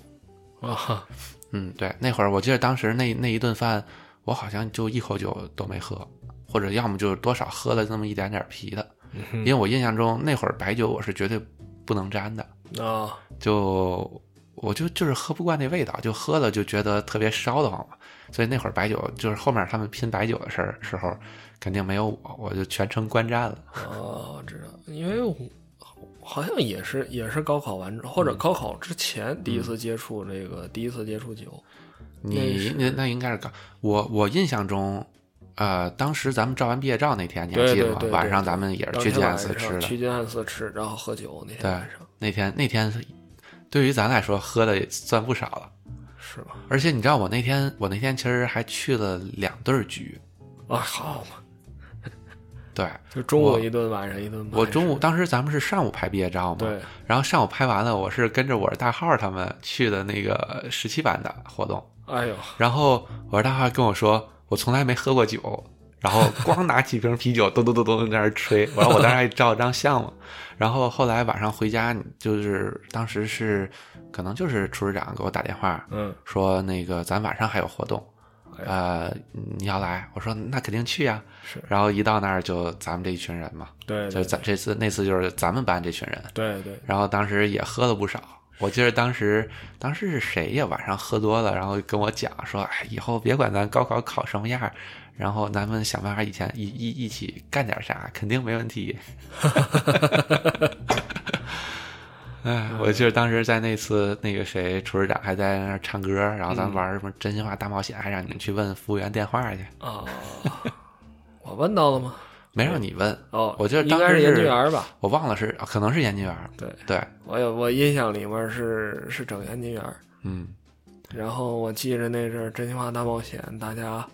[SPEAKER 2] 啊，
[SPEAKER 1] 嗯，对，那会儿我记得当时那那一顿饭，我好像就一口酒都没喝，或者要么就是多少喝了那么一点点啤的，
[SPEAKER 2] 嗯
[SPEAKER 1] 因为我印象中那会儿白酒我是绝对不能沾的，
[SPEAKER 2] 啊，
[SPEAKER 1] 就我就就是喝不惯那味道，就喝了就觉得特别烧得慌嘛，所以那会儿白酒就是后面他们拼白酒的事儿时候，肯定没有我，我就全程观战了。
[SPEAKER 2] 哦，我知道，因为我好像也是也是高考完之或者高考之前第一次接触这个，第一次接触
[SPEAKER 1] 嗯
[SPEAKER 2] 酒。那
[SPEAKER 1] 你
[SPEAKER 2] 是
[SPEAKER 1] 那那应该是刚我我印象中，呃，当时咱们照完毕业照那天你还
[SPEAKER 2] 对
[SPEAKER 1] 记得
[SPEAKER 2] 对
[SPEAKER 1] 吗？
[SPEAKER 2] 对
[SPEAKER 1] 晚
[SPEAKER 2] 对
[SPEAKER 1] 上
[SPEAKER 2] 对
[SPEAKER 1] 咱们也是
[SPEAKER 2] 当
[SPEAKER 1] 去
[SPEAKER 2] 天
[SPEAKER 1] 见
[SPEAKER 2] 晚
[SPEAKER 1] 次
[SPEAKER 2] 上
[SPEAKER 1] 吃的。
[SPEAKER 2] 去金汉寺吃，然后喝酒那天晚上
[SPEAKER 1] 那天那天是对于咱来说喝的也算不少了，
[SPEAKER 2] 是吧？
[SPEAKER 1] 而且你知道我那天我那天其实还去了两对儿局，
[SPEAKER 2] 啊，好嘛，
[SPEAKER 1] 对
[SPEAKER 2] 就中午
[SPEAKER 1] 我
[SPEAKER 2] 一顿，晚上一顿吧。
[SPEAKER 1] 我中午当时咱们是上午拍毕业照嘛，
[SPEAKER 2] 对，
[SPEAKER 1] 然后上午拍完了，我是跟着我是大号他们去的那个十七班的活动，
[SPEAKER 2] 哎呦，
[SPEAKER 1] 然后我是大号跟我说我从来没喝过酒。然后光拿几瓶啤酒咚咚咚咚在那儿 吹，然后我当时还照了张相嘛。然后后来晚上回家，就是当时是可能就是厨师长给我打电话，
[SPEAKER 2] 嗯，
[SPEAKER 1] 说那个咱晚上还有活动，
[SPEAKER 2] 哎
[SPEAKER 1] 呃，你要来？我说那肯定去呀、
[SPEAKER 2] 是
[SPEAKER 1] 然后一到那儿就咱们这一群人嘛，
[SPEAKER 2] 对
[SPEAKER 1] 就
[SPEAKER 2] 对
[SPEAKER 1] 是咱这次那次就是咱们班这群人，
[SPEAKER 2] 对对，
[SPEAKER 1] 然后当时也喝了不少。我记得当时，当时是谁呀？晚上喝多了，然后跟我讲说：“哎，以后别管咱高考考什么样儿，然后咱们想办法以前一一一起干点啥，肯定没问题。” 哎，我记得当时在那次那个谁，厨师长还在那儿唱歌，然后咱们玩儿什么真心话大冒险，还让你们去问服务员电话去，
[SPEAKER 2] 啊， 我问到了吗？
[SPEAKER 1] 没让你问。
[SPEAKER 2] 哦，
[SPEAKER 1] 我记得
[SPEAKER 2] 应
[SPEAKER 1] 当
[SPEAKER 2] 该
[SPEAKER 1] 时
[SPEAKER 2] 研究员儿吧？
[SPEAKER 1] 我忘了是，可能是研究员儿。
[SPEAKER 2] 对，
[SPEAKER 1] 对，
[SPEAKER 2] 我有我印象里面是是整研究员儿，
[SPEAKER 1] 嗯，
[SPEAKER 2] 然后我记着那阵儿《真心话大冒险》，大家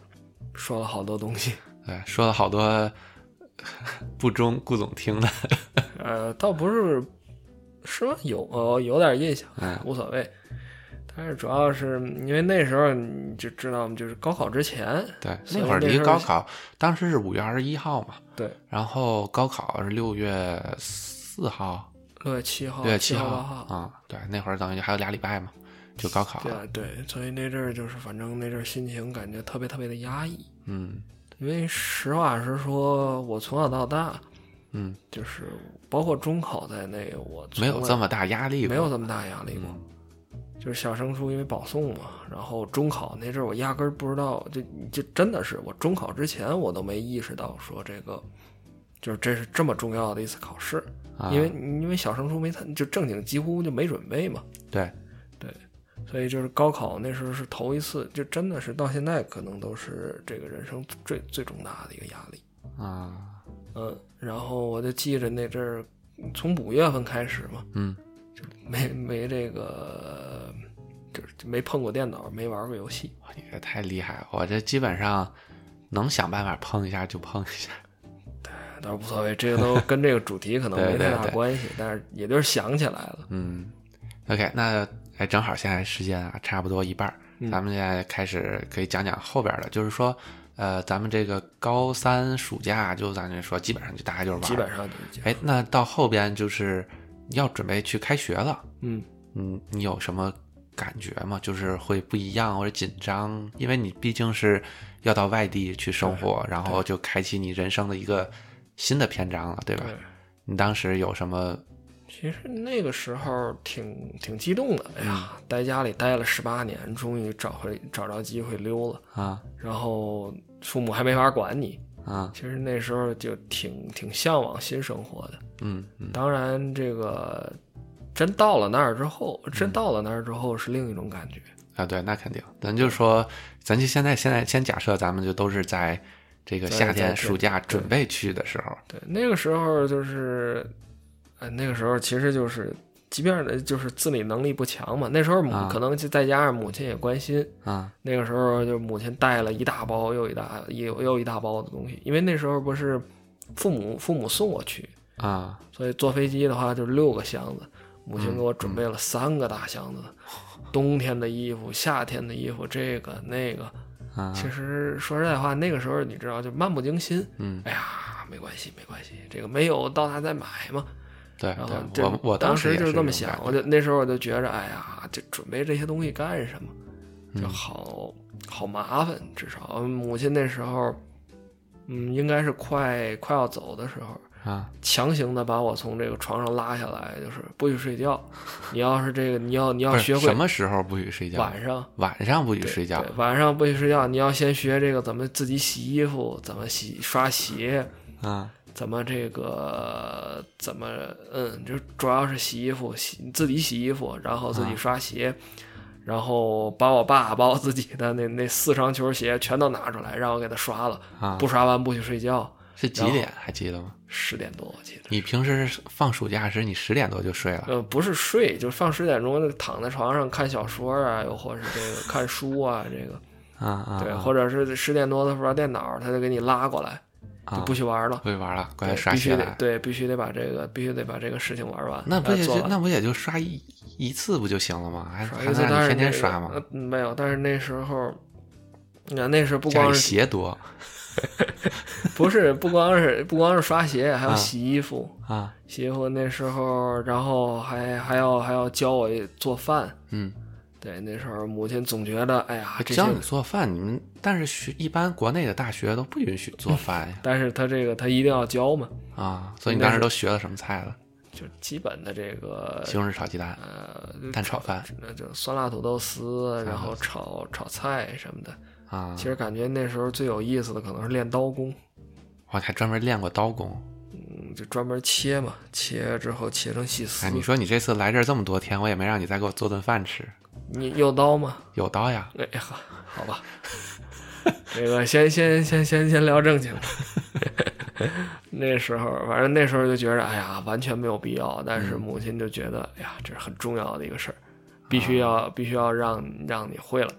[SPEAKER 2] 说了好多东西，
[SPEAKER 1] 对，哎说了好多 不中顾总听的。
[SPEAKER 2] 呃，倒不是是吗？有哦，有点印象，
[SPEAKER 1] 嗯
[SPEAKER 2] 无所谓。但是主要是因为那时候你就知道，就是高考之前，
[SPEAKER 1] 对，
[SPEAKER 2] 所以
[SPEAKER 1] 那会儿
[SPEAKER 2] 那
[SPEAKER 1] 离
[SPEAKER 2] 时候
[SPEAKER 1] 高考，当时是五月二十一号嘛，
[SPEAKER 2] 对，
[SPEAKER 1] 然后高考是六月四号、
[SPEAKER 2] 六月七号、
[SPEAKER 1] 六月
[SPEAKER 2] 哦
[SPEAKER 1] 七
[SPEAKER 2] 七号、
[SPEAKER 1] 号
[SPEAKER 2] 八号
[SPEAKER 1] 啊、，嗯对，那会儿等于还有俩礼拜嘛，就高考
[SPEAKER 2] 对
[SPEAKER 1] 了。
[SPEAKER 2] 啊对，所以那阵儿就是反正那阵儿心情感觉特别特别的压抑，
[SPEAKER 1] 嗯
[SPEAKER 2] 因为实话实说，我从小到大
[SPEAKER 1] 嗯，
[SPEAKER 2] 就是包括中考在内，我从
[SPEAKER 1] 没有
[SPEAKER 2] 来
[SPEAKER 1] 这么大压力过，
[SPEAKER 2] 没有这么大压力过。
[SPEAKER 1] 嗯
[SPEAKER 2] 就是小升初因为保送嘛，然后中考那阵儿我压根儿不知道，就就真的是我中考之前我都没意识到说这个，就是这是这么重要的一次考试，
[SPEAKER 1] 啊
[SPEAKER 2] 因为因为小升初没参就正经几乎就没准备嘛，
[SPEAKER 1] 对，
[SPEAKER 2] 所以就是高考那时候是头一次，就真的是到现在可能都是这个人生最最重大的一个压力。
[SPEAKER 1] 啊
[SPEAKER 2] 嗯，然后我就记着那阵儿，从五月份开始嘛，
[SPEAKER 1] 嗯
[SPEAKER 2] 没没这个，就是没碰过电脑，没玩过游戏。
[SPEAKER 1] 哇你这太厉害了，我这基本上能想办法碰一下就碰一下。
[SPEAKER 2] 倒是无所谓，这个都 跟这个主题可能
[SPEAKER 1] 对
[SPEAKER 2] 没太
[SPEAKER 1] 对
[SPEAKER 2] 大
[SPEAKER 1] 对
[SPEAKER 2] 关系，但是也就是想起来了。
[SPEAKER 1] 嗯，OK，那哎，正好现在时间啊，差不多一半儿，
[SPEAKER 2] 嗯
[SPEAKER 1] 咱们现在开始可以讲讲后边儿的，就是说，呃，咱们这个高三暑假，就咱这说，基本上就大家就是玩，
[SPEAKER 2] 基本，上就是这样
[SPEAKER 1] 哎，那到后边就是要准备去开学了，
[SPEAKER 2] 嗯，
[SPEAKER 1] 嗯，你有什么感觉吗？就是会不一样或者紧张，因为你毕竟是要到外地去生活，然后就开启你人生的一个新的篇章了，对吧？
[SPEAKER 2] 对，
[SPEAKER 1] 你当时有什么
[SPEAKER 2] 其实那个时候挺挺激动的，哎呀，
[SPEAKER 1] 嗯
[SPEAKER 2] 待家里待了十八年，终于找回找着机会溜了，
[SPEAKER 1] 啊
[SPEAKER 2] 然后父母还没法管你，
[SPEAKER 1] 啊，
[SPEAKER 2] 其实那时候就挺挺向往新生活的。
[SPEAKER 1] 嗯嗯
[SPEAKER 2] 当然，这个真到了那儿之后，
[SPEAKER 1] 嗯
[SPEAKER 2] 真到了那儿之后是另一种感觉。
[SPEAKER 1] 啊，对，那肯定。咱就说，咱就现在现在先假设，咱们就都是在这个
[SPEAKER 2] 在
[SPEAKER 1] 夏
[SPEAKER 2] 在
[SPEAKER 1] 天
[SPEAKER 2] 对
[SPEAKER 1] 暑假准备去的时候，
[SPEAKER 2] 对，那个时候就是，呃，那个时候其实就是，即便是就是自理能力不强嘛，那时候母、
[SPEAKER 1] 啊
[SPEAKER 2] 可能就再加上母亲也关心，
[SPEAKER 1] 啊
[SPEAKER 2] 那个时候就母亲带了一大包又一大又又一大包的东西，因为那时候不是父母父母送我去，
[SPEAKER 1] 啊
[SPEAKER 2] 所以坐飞机的话就是六个箱子，母
[SPEAKER 1] 嗯
[SPEAKER 2] 亲给我准备了三个大箱子，冬天的衣服、夏天的衣服，这个那个。
[SPEAKER 1] 啊，
[SPEAKER 2] 其实说实在话，那个时候你知道，就漫不经心。
[SPEAKER 1] 嗯，
[SPEAKER 2] 哎呀，没关系，没关系，这个没有到那再买嘛。
[SPEAKER 1] 对
[SPEAKER 2] 然后
[SPEAKER 1] 哎对，
[SPEAKER 2] 这
[SPEAKER 1] 我我
[SPEAKER 2] 当
[SPEAKER 1] 时也
[SPEAKER 2] 就是这么
[SPEAKER 1] 种
[SPEAKER 2] 想
[SPEAKER 1] 感，
[SPEAKER 2] 我
[SPEAKER 1] 觉
[SPEAKER 2] 就那时候我就觉着，哎呀，这准备这些东西干什么？就
[SPEAKER 1] 嗯
[SPEAKER 2] 好、好麻烦。至少母亲那时候，嗯，应该是快快要走的时候，
[SPEAKER 1] 啊
[SPEAKER 2] 强行的把我从这个床上拉下来，就是不许睡觉。你要是这个，你要你要
[SPEAKER 1] 不是
[SPEAKER 2] 学会
[SPEAKER 1] 什么时候不许睡觉，
[SPEAKER 2] 晚上。
[SPEAKER 1] 晚上不许睡觉
[SPEAKER 2] 对，晚上不许睡觉，你要先学这个怎么自己洗衣服，怎么洗刷鞋，
[SPEAKER 1] 啊
[SPEAKER 2] 怎么这个怎么嗯，就主要是洗衣服，洗自己洗衣服，然后自
[SPEAKER 1] 啊
[SPEAKER 2] 己刷鞋，然后把我爸把我自己的那那四双球鞋全都拿出来，让我给他刷了，
[SPEAKER 1] 啊，
[SPEAKER 2] 不刷完不许睡觉，
[SPEAKER 1] 是几
[SPEAKER 2] 然后
[SPEAKER 1] 点还记得吗？
[SPEAKER 2] 十点多我记得。
[SPEAKER 1] 你平时放暑假时，你十点多就睡了
[SPEAKER 2] 呃，不是睡，就上十点钟躺在床上看小说啊，又或是这个看书啊，这个
[SPEAKER 1] 啊啊，
[SPEAKER 2] 对，
[SPEAKER 1] 啊
[SPEAKER 2] 或者是十点多他玩电脑，他就给你拉过来，就
[SPEAKER 1] 啊
[SPEAKER 2] 不许玩了
[SPEAKER 1] 不，会玩了，过来
[SPEAKER 2] 对
[SPEAKER 1] 刷
[SPEAKER 2] 必须
[SPEAKER 1] 鞋
[SPEAKER 2] 得
[SPEAKER 1] 来。
[SPEAKER 2] 对，必须得把这个必须得把这个事情玩完，
[SPEAKER 1] 那不
[SPEAKER 2] 呃
[SPEAKER 1] 也
[SPEAKER 2] 做
[SPEAKER 1] 就
[SPEAKER 2] 完
[SPEAKER 1] 那不也就刷一一次不就行了吗？还
[SPEAKER 2] 刷
[SPEAKER 1] 还
[SPEAKER 2] 一
[SPEAKER 1] 能
[SPEAKER 2] 次，
[SPEAKER 1] 让
[SPEAKER 2] 但
[SPEAKER 1] 你
[SPEAKER 2] 是
[SPEAKER 1] 天天
[SPEAKER 2] 那
[SPEAKER 1] 刷吗？
[SPEAKER 2] 呃没有，但是那时候，那那时候不
[SPEAKER 1] 家
[SPEAKER 2] 光
[SPEAKER 1] 里
[SPEAKER 2] 是
[SPEAKER 1] 鞋多
[SPEAKER 2] 不是不光是不光是刷鞋，还
[SPEAKER 1] 啊
[SPEAKER 2] 要洗衣服，
[SPEAKER 1] 啊，
[SPEAKER 2] 洗衣服那时候，然后还还要还要教我做饭。
[SPEAKER 1] 嗯，
[SPEAKER 2] 对，那时候母亲总觉得，哎呀，这些
[SPEAKER 1] 教你做饭，你们但是学一般国内的大学都不允许做饭 呀
[SPEAKER 2] 但是他这个他一定要教嘛，
[SPEAKER 1] 啊，所以你当时都学了什么菜了？
[SPEAKER 2] 就基本的这个
[SPEAKER 1] 西红柿炒鸡蛋、
[SPEAKER 2] 呃
[SPEAKER 1] 蛋炒饭
[SPEAKER 2] 那就酸辣土豆丝，然
[SPEAKER 1] 土豆
[SPEAKER 2] 后炒炒菜什么的。
[SPEAKER 1] 啊
[SPEAKER 2] 嗯其，实感觉那时候最有意思的可能是练刀工，
[SPEAKER 1] 我还专门练过刀工。
[SPEAKER 2] 嗯，就专门切嘛，切之后切成细丝。
[SPEAKER 1] 哎，你说你这次来这儿这么多天，我也没让你再给我做顿饭吃，
[SPEAKER 2] 你有刀吗？
[SPEAKER 1] 有刀呀？
[SPEAKER 2] 哎呀，好吧，这个先先先先先聊正经的。 那时候，反正那时候就觉着，哎呀，完全没有必要。但是母亲就觉得，哎呀，这是很重要的一个事儿，必须要必须要让让你会了。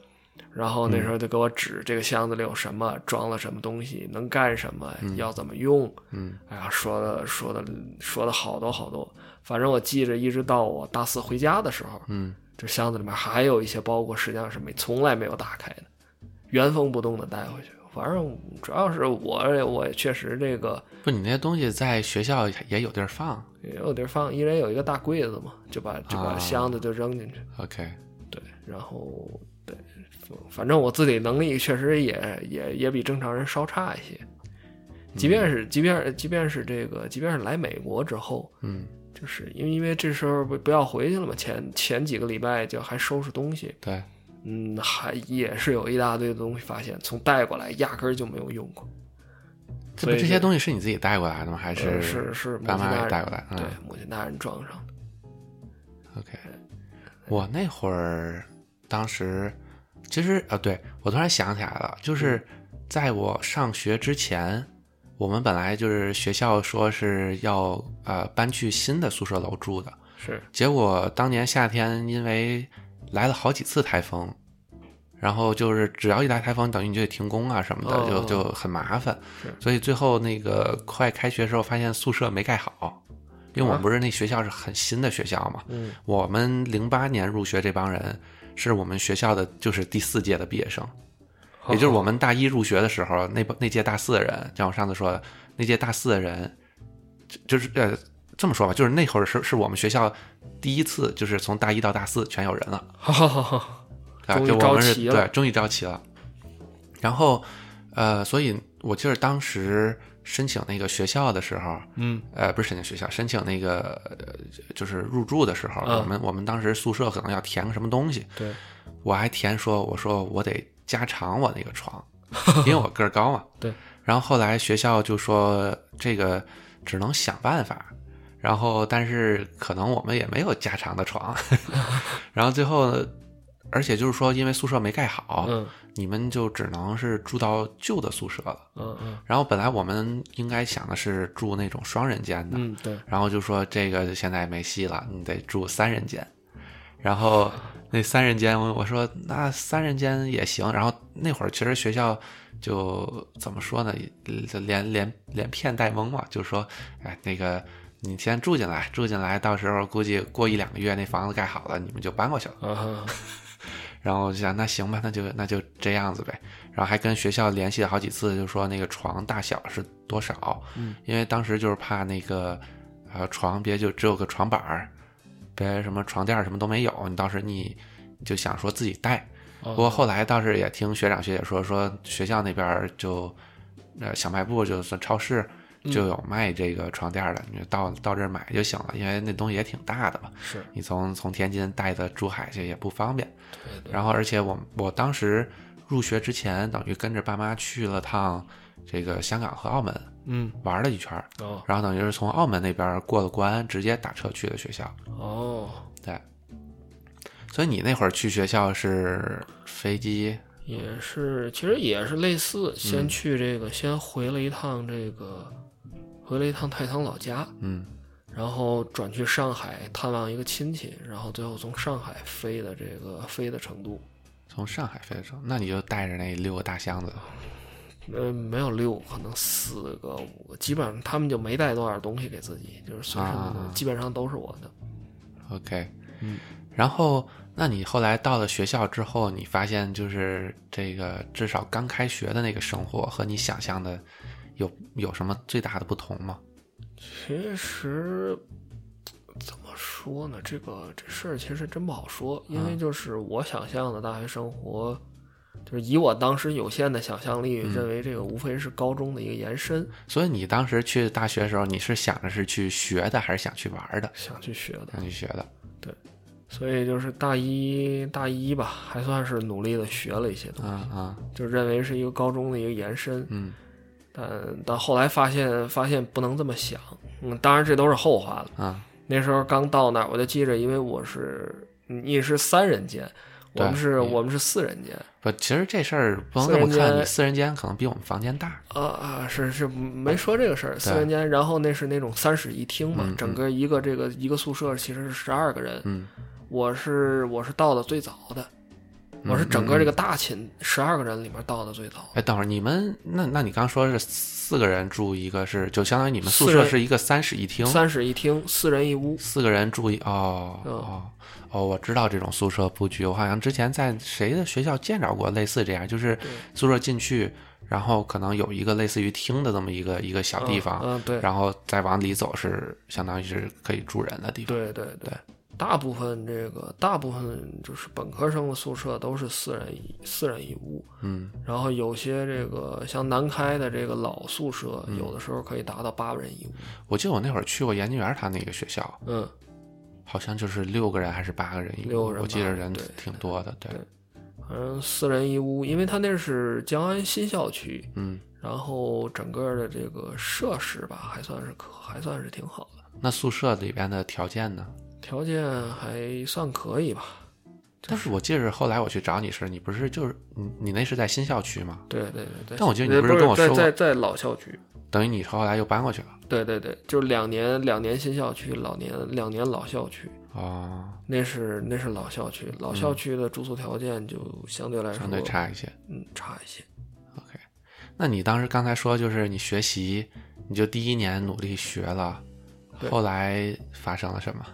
[SPEAKER 2] 然后那时候就给我指这个箱子里有什么，装了什么东西，能干什么，要怎么用。
[SPEAKER 1] 嗯，
[SPEAKER 2] 哎呀，说的说的说的好多好多。反正我记着，一直到我大四回家的时候，
[SPEAKER 1] 嗯，
[SPEAKER 2] 这箱子里面还有一些包裹，实际上是没从来没有打开的，原封不动的带回去。反正主要是我，我也确实这个
[SPEAKER 1] 不，你那些东西在学校也有地儿放。
[SPEAKER 2] 也有地儿放，一人有一个大柜子嘛，就把就把
[SPEAKER 1] 啊
[SPEAKER 2] 箱子就扔进去。
[SPEAKER 1] OK，
[SPEAKER 2] 对，然后对，反正我自理能力确实也也也比正常人稍差一些。即便是即便即便是这个，即便是来美国之后，
[SPEAKER 1] 嗯，
[SPEAKER 2] 就是因为因为这时候不不要回去了嘛，前前几个礼拜就还收拾东西，
[SPEAKER 1] 对，
[SPEAKER 2] 嗯，还也是有一大堆的东西发现，从带过来压根儿就没有用过。
[SPEAKER 1] 这
[SPEAKER 2] 所
[SPEAKER 1] 不这
[SPEAKER 2] 以就
[SPEAKER 1] 些东西是你自己带过来的吗？还
[SPEAKER 2] 呃
[SPEAKER 1] 是
[SPEAKER 2] 是是
[SPEAKER 1] 爸
[SPEAKER 2] 母亲
[SPEAKER 1] 妈
[SPEAKER 2] 大人
[SPEAKER 1] 给带过来的？
[SPEAKER 2] 对
[SPEAKER 1] 嗯，
[SPEAKER 2] 母亲大人装上的，
[SPEAKER 1] OK，我那会儿当时其实啊，对我突然想起来了，就是
[SPEAKER 2] 嗯
[SPEAKER 1] 在我上学之前，我们本来就是学校说是要呃搬去新的宿舍楼住的，
[SPEAKER 2] 是
[SPEAKER 1] 结果当年夏天因为来了好几次台风。然后就是，只要一来台风，等于你就得停工啊什么的，
[SPEAKER 2] 哦
[SPEAKER 1] 就就很麻烦
[SPEAKER 2] 是。
[SPEAKER 1] 所以最后那个快开学的时候，发现宿舍没盖好，因为我们
[SPEAKER 2] 啊
[SPEAKER 1] 不是那学校是很新的学校嘛，
[SPEAKER 2] 嗯
[SPEAKER 1] 我们零八年入学这帮人，是我们学校的就是第四届的毕业生，也就是我们大一入学的时候，那帮那届大四的人，像我上次说的，那届大四的人，就就是呃这么说吧，就是那会儿是是我们学校第一次，就是从大一到大四全有人了。
[SPEAKER 2] 好好好好
[SPEAKER 1] 啊，
[SPEAKER 2] 终于
[SPEAKER 1] 就我们是
[SPEAKER 2] 着齐了
[SPEAKER 1] 对，终于着齐了。然后，呃，所以我记得当时申请那个学校的时候，
[SPEAKER 3] 嗯，
[SPEAKER 1] 呃，不是申请学校，申请那个呃就是入住的时候，
[SPEAKER 2] 嗯
[SPEAKER 1] 我们我们当时宿舍可能要填个什么东西，
[SPEAKER 2] 对，
[SPEAKER 1] 我还填说我说我得加长我那个床，因为我个儿高嘛。
[SPEAKER 2] 对。
[SPEAKER 1] 然后后来学校就说这个只能想办法，然后但是可能我们也没有加长的 床，然后最后，而且就是说因为宿舍没盖好，
[SPEAKER 2] 嗯
[SPEAKER 1] 你们就只能是住到旧的宿舍了。
[SPEAKER 2] 嗯嗯
[SPEAKER 1] 然后本来我们应该想的是住那种双人间的，
[SPEAKER 2] 嗯，对，
[SPEAKER 1] 然后就说这个现在没戏了，你得住三人间。然后那三人间，我我说那三人间也行。然后那会儿其实学校就怎么说呢，也连连连骗带蒙嘛，就说哎那个你先住进来，住进来，到时候估计过一两个月那房子盖好了，你们就搬过去了。
[SPEAKER 2] 啊哈，
[SPEAKER 1] 然后我就想，那行吧，那就那就这样子呗。然后还跟学校联系了好几次，就说那个床大小是多少，
[SPEAKER 2] 嗯，
[SPEAKER 1] 因为当时就是怕那个呃床别就只有个床板儿，别什么床垫儿什么都没有，你到时你就想说自己带。不
[SPEAKER 2] 哦
[SPEAKER 1] 过后来倒是也听学长学姐说，说学校那边儿就呃小卖部就算超市。就有卖这个床垫儿的，你就到到这儿买就行了，因为那东西也挺大的嘛。
[SPEAKER 2] 是
[SPEAKER 1] 你从从天津带到珠海去也不方便。
[SPEAKER 2] 对对，
[SPEAKER 1] 然后，而且我我当时入学之前，等于跟着爸妈去了趟这个香港和澳门
[SPEAKER 3] 嗯
[SPEAKER 1] 玩了一圈儿，
[SPEAKER 2] 哦
[SPEAKER 1] 然后等于是从澳门那边过了关，直接打车去的学校。
[SPEAKER 2] 哦，
[SPEAKER 1] 对，所以你那会儿去学校是飞机？
[SPEAKER 2] 也是，其实也是类似，
[SPEAKER 1] 嗯
[SPEAKER 2] 先去这个，先回了一趟这个，回了一趟太仓老家，
[SPEAKER 1] 嗯
[SPEAKER 2] 然后转去上海探望一个亲戚，然后最后从上海飞的这个飞的成都，
[SPEAKER 1] 从上海飞的时候，那你就带着那六个大箱子，
[SPEAKER 2] 呃，没有六，可能四个五个，基本上他们就没带多少东西给自己，就是随身的东
[SPEAKER 1] 啊
[SPEAKER 2] 西基本上都是我的。
[SPEAKER 1] OK，
[SPEAKER 3] 嗯，
[SPEAKER 1] 然后那你后来到了学校之后，你发现就是这个至少刚开学的那个生活和你想象的有有什么最大的不同吗？
[SPEAKER 2] 其实怎么说呢，这个这事儿其实真不好说，因为就是我想象的大学生活，就是以我当时有限的想象力，认为这个无非是高中的一个延伸，
[SPEAKER 1] 所以你当时去大学的时候，你是想着是去学的，还是想去玩的？
[SPEAKER 2] 想去学的。
[SPEAKER 1] 想去学的。
[SPEAKER 2] 所以就是大一大一吧，还算是努力的学了一些东西，
[SPEAKER 1] 嗯嗯
[SPEAKER 2] 就认为是一个高中的一个延伸。
[SPEAKER 1] 嗯
[SPEAKER 2] 但但后来发现发现不能这么想，嗯，当然这都是后话了。
[SPEAKER 1] 嗯
[SPEAKER 2] 那时候刚到那儿，我就记着，因为我是你是三人间，我
[SPEAKER 1] 对
[SPEAKER 2] 们是
[SPEAKER 1] 你
[SPEAKER 2] 我们是四人间
[SPEAKER 1] 不，其实这事儿不能这么
[SPEAKER 2] 四人
[SPEAKER 1] 看，
[SPEAKER 2] 间
[SPEAKER 1] 你四人间可能比我们房间大。
[SPEAKER 2] 啊啊，是是没说这个事儿，四人间。然后那是那种三室一厅嘛，
[SPEAKER 1] 嗯嗯
[SPEAKER 2] 整个一个这个一个宿舍其实是十二个人，
[SPEAKER 1] 嗯，
[SPEAKER 2] 我是我是到的最早的，我
[SPEAKER 1] 嗯
[SPEAKER 2] 是整个这个大寝十二个人里面到的最早的。
[SPEAKER 1] 哎，等会儿你们那那你刚说是四个人住一个是，就相当于你们宿
[SPEAKER 2] 四
[SPEAKER 1] 舍
[SPEAKER 2] 人
[SPEAKER 1] 是一个三室一厅，
[SPEAKER 2] 三室一厅，四人一屋。
[SPEAKER 1] 四个人住一哦
[SPEAKER 2] 嗯
[SPEAKER 1] 哦哦，我知道这种宿舍布局，我好像之前在谁的学校见着过类似这样，就是宿舍进去，然后可能有一个类似于厅的这么一个一个小地方，
[SPEAKER 2] 嗯，嗯对，
[SPEAKER 1] 然后再往里走是相当于是可以住人的地方。
[SPEAKER 2] 对对
[SPEAKER 1] 对
[SPEAKER 2] 对，大部分这个大部分就是本科生的宿舍都是四人一四人一屋，
[SPEAKER 1] 嗯
[SPEAKER 2] 然后有些这个像南开的这个老宿舍，有
[SPEAKER 1] 嗯
[SPEAKER 2] 的时候可以达到八人一屋。
[SPEAKER 1] 我记得我那会儿去过研究员他那个学校，
[SPEAKER 2] 嗯，
[SPEAKER 1] 好像就是六个人还是八个人一屋，
[SPEAKER 2] 六个人
[SPEAKER 1] 我记得
[SPEAKER 2] 八个人
[SPEAKER 1] 人
[SPEAKER 2] 对
[SPEAKER 1] 挺多的。对，
[SPEAKER 2] 对反正四人一屋，因为它那是江安新校区，
[SPEAKER 1] 嗯，
[SPEAKER 2] 然后整个的这个设施吧，还算是可还算是挺好的，
[SPEAKER 1] 那宿舍里边的条件呢？
[SPEAKER 2] 条件还算可以吧。
[SPEAKER 1] 但是我记得后来我去找你时，你不是就是你你那是在新校区吗？
[SPEAKER 2] 对对对对，
[SPEAKER 1] 但我记得你
[SPEAKER 2] 呃
[SPEAKER 1] 不
[SPEAKER 2] 不
[SPEAKER 1] 是跟我说
[SPEAKER 2] 在
[SPEAKER 1] 过
[SPEAKER 2] 在在老校区，
[SPEAKER 1] 等于你后来又搬过去了。
[SPEAKER 2] 对对对，就是两年两年新校区，老年两年老校区，
[SPEAKER 1] 哦，
[SPEAKER 2] 那是那是老校区，老校区的住宿条件就相对来
[SPEAKER 1] 嗯
[SPEAKER 2] 说
[SPEAKER 1] 相对，差一些。
[SPEAKER 2] 嗯，差一些。
[SPEAKER 1] OK，那你当时刚才说就是你学习，你就第一年努力学了，
[SPEAKER 2] 对
[SPEAKER 1] 后来发生了什么？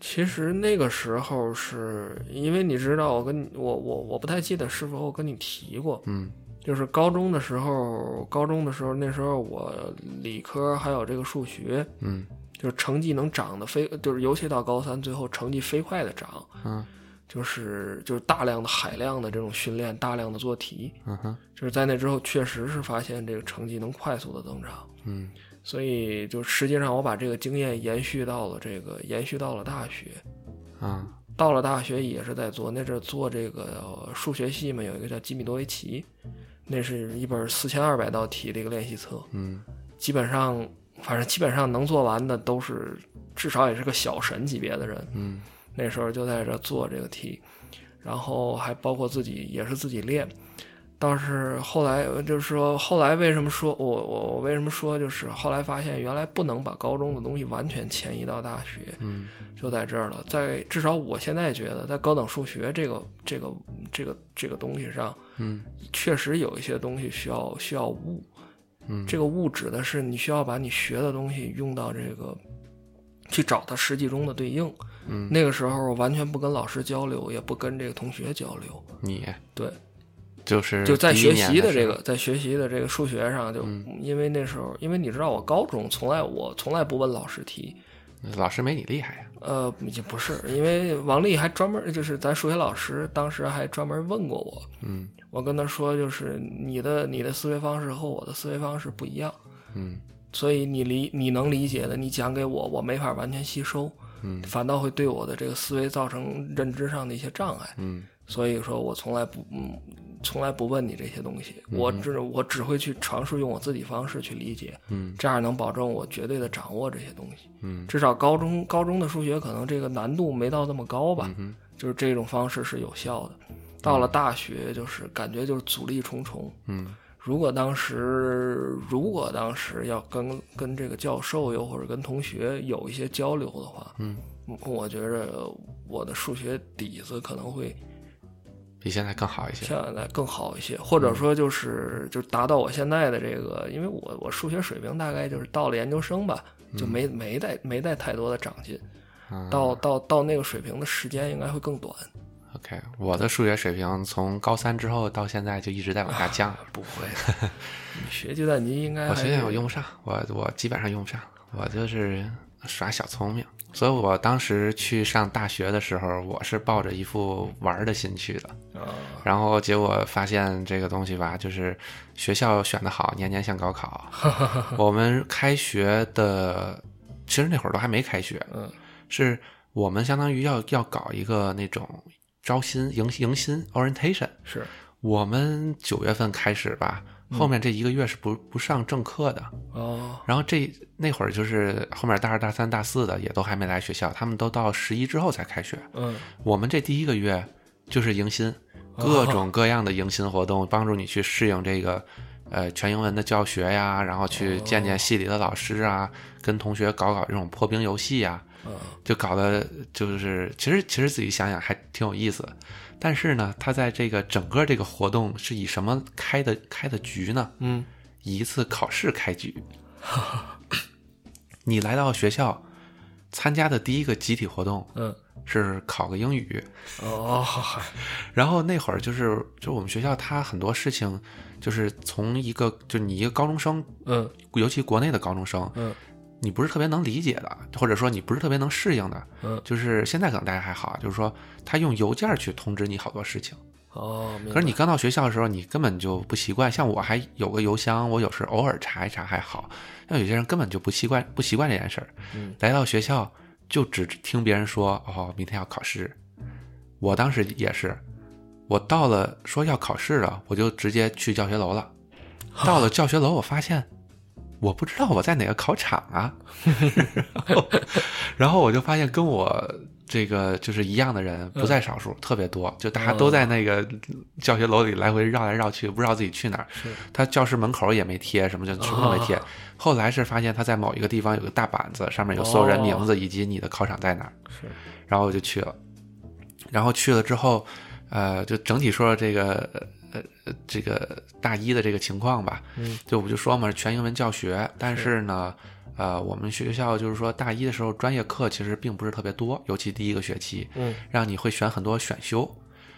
[SPEAKER 2] 其实那个时候是因为你知道，我跟你我我我不太记得是否我跟你提过，
[SPEAKER 1] 嗯
[SPEAKER 2] 就是高中的时候，高中的时候那时候我理科还有这个数学，
[SPEAKER 1] 嗯
[SPEAKER 2] 就是成绩能涨得飞，就是尤其到高三最后成绩飞快的涨，
[SPEAKER 1] 嗯
[SPEAKER 2] 就是就是大量的海量的这种训练，大量的做题，
[SPEAKER 1] 嗯哼，
[SPEAKER 2] 就是在那之后确实是发现这个成绩能快速的增长，
[SPEAKER 1] 嗯
[SPEAKER 2] 所以就实际上我把这个经验延续到了这个延续到了大学，
[SPEAKER 1] 啊
[SPEAKER 2] 到了大学也是在做，那阵儿做这个呃数学系嘛，有一个叫基米多维奇，那是一本四千二百道题的一个练习册，
[SPEAKER 1] 嗯
[SPEAKER 2] 基本上反正基本上能做完的都是至少也是个小神级别的人，
[SPEAKER 1] 嗯
[SPEAKER 2] 那时候就在这做这个题，然后还包括自己也是自己练。倒是后来就是说，后来为什么说我我我为什么说就是后来发现原来不能把高中的东西完全迁移到大学，
[SPEAKER 1] 嗯
[SPEAKER 2] 就在这儿了。在至少我现在觉得，在高等数学这个这个这个这个东西上，
[SPEAKER 1] 嗯
[SPEAKER 2] 确实有一些东西需要需要悟。
[SPEAKER 1] 嗯，
[SPEAKER 2] 这个悟指的是你需要把你学的东西用到这个，去找它实际中的对应。
[SPEAKER 1] 嗯
[SPEAKER 2] 那个时候完全不跟老师交流，也不跟这个同学交流，
[SPEAKER 1] 你
[SPEAKER 2] 对，
[SPEAKER 1] 就是
[SPEAKER 2] 就在
[SPEAKER 1] 第一
[SPEAKER 2] 学
[SPEAKER 1] 年
[SPEAKER 2] 习
[SPEAKER 1] 的
[SPEAKER 2] 的这
[SPEAKER 1] 时候嗯
[SPEAKER 2] 个，在学习的这个数学上就，因为那时候，因为你知道，我高中从来我从来不问老师题，
[SPEAKER 1] 老师没你厉害呀、
[SPEAKER 2] 呃，也不是，因为王丽还专门就是咱数学老师当时还专门问过我，
[SPEAKER 1] 嗯
[SPEAKER 2] 我跟他说就是你的你的思维方式和我的思维方式不一样，
[SPEAKER 1] 嗯
[SPEAKER 2] 所以你理你能理解的，你讲给我，我没法完全吸收，
[SPEAKER 1] 嗯
[SPEAKER 2] 反倒会对我的这个思维造成认知上的一些障碍。
[SPEAKER 1] 嗯
[SPEAKER 2] 所以说我从来不嗯，从来不问你这些东西，我只我只会去尝试用我自己方式去理解，
[SPEAKER 1] 嗯
[SPEAKER 2] 这样能保证我绝对的掌握这些东西。
[SPEAKER 1] 嗯
[SPEAKER 2] 至少高中高中的数学可能这个难度没到那么高吧，
[SPEAKER 1] 嗯
[SPEAKER 2] 就是这种方式是有效的。到了大学，就是感觉就是阻力重重。
[SPEAKER 1] 嗯
[SPEAKER 2] 如果当时如果当时要跟跟这个教授又或者跟同学有一些交流的话，
[SPEAKER 1] 嗯，
[SPEAKER 2] 我觉着我的数学底子可能会。
[SPEAKER 1] 比现在更好一些。
[SPEAKER 2] 下来更好一些，或者说就是就达到我现在的这个，因为我我数学水平大概就是到了研究生吧，就没没带没带太多的长进，
[SPEAKER 1] 嗯、
[SPEAKER 2] 到到到那个水平的时间应该会更短，
[SPEAKER 1] OK，我的数学水平从高三之后到现在就一直在往下降。
[SPEAKER 2] 不会的， 你学计算机应该
[SPEAKER 1] 我
[SPEAKER 2] 还
[SPEAKER 1] 学点
[SPEAKER 2] 是
[SPEAKER 1] 我用不上，我我基本上用不上，我就是耍小聪明。所以我当时去上大学的时候，我是抱着一副玩儿的心去的。
[SPEAKER 2] 啊，
[SPEAKER 1] 然后结果发现这个东西吧，就是学校选的好，年年像高考。我们开学的，其实那会儿都还没开学，
[SPEAKER 2] 嗯
[SPEAKER 1] 是我们相当于要要搞一个那种招新迎迎新 orientation。
[SPEAKER 2] 是
[SPEAKER 1] 我们九月份开始吧，后面这一个月是不不上正课的。
[SPEAKER 2] 哦
[SPEAKER 1] 然后这那会儿就是后面大二、大三、大四的也都还没来学校，他们都到十一之后才开学。
[SPEAKER 2] 嗯
[SPEAKER 1] 我们这第一个月就是迎新，各种各样的迎新活动，帮助你去适应这个呃全英文的教学呀，然后去见见系里的老师啊，跟同学搞搞这种破冰游戏呀，
[SPEAKER 2] 嗯
[SPEAKER 1] 就搞得就是其实其实自己想想还挺有意思的。但是呢，他在这个整个这个活动是以什么开的开的局呢？
[SPEAKER 2] 嗯
[SPEAKER 1] 以一次考试开局。你来到学校参加的第一个集体活动
[SPEAKER 2] 嗯
[SPEAKER 1] 是考个英语，
[SPEAKER 2] 哦
[SPEAKER 1] 然后那会儿就是，就我们学校它很多事情，就是从一个就你一个高中生，
[SPEAKER 2] 嗯
[SPEAKER 1] 尤其国内的高中生，
[SPEAKER 2] 嗯
[SPEAKER 1] 你不是特别能理解的，或者说你不是特别能适应的，
[SPEAKER 2] 嗯
[SPEAKER 1] 就是现在可能大家还好，啊就是说他用邮件去通知你好多事情。
[SPEAKER 2] 哦，明
[SPEAKER 1] 可
[SPEAKER 2] 白
[SPEAKER 1] 是你刚到学校的时候，你根本就不习惯。像我还有个邮箱，我有时偶尔查一查还好，像有些人根本就不习惯不习惯这件事儿。
[SPEAKER 2] 嗯
[SPEAKER 1] 来到学校就只听别人说哦，明天要考试。我当时也是，我到了说要考试了，我就直接去教学楼了。到了教学楼，我发现我不知道我在哪个考场啊， 然后然后我就发现跟我这个就是一样的人不在少数，特别多，就大家都在那个教学楼里来回绕来绕去，不知道自己去哪儿。
[SPEAKER 2] 是
[SPEAKER 1] 他教室门口也没贴什么，就全部都没贴。后来是发现他在某一个地方有个大板子，上面有所有人名字以及你的考场在哪儿，
[SPEAKER 2] 是
[SPEAKER 1] 然后我就去了。然后去了之后，呃，就整体说说这个呃呃这个大一的这个情况吧。
[SPEAKER 2] 嗯
[SPEAKER 1] 就我就说嘛，全英文教学，但是呢，呃，我们学校就是说大一的时候专业课其实并不是特别多，尤其第一个学期，
[SPEAKER 2] 嗯
[SPEAKER 1] 让你会选很多选修，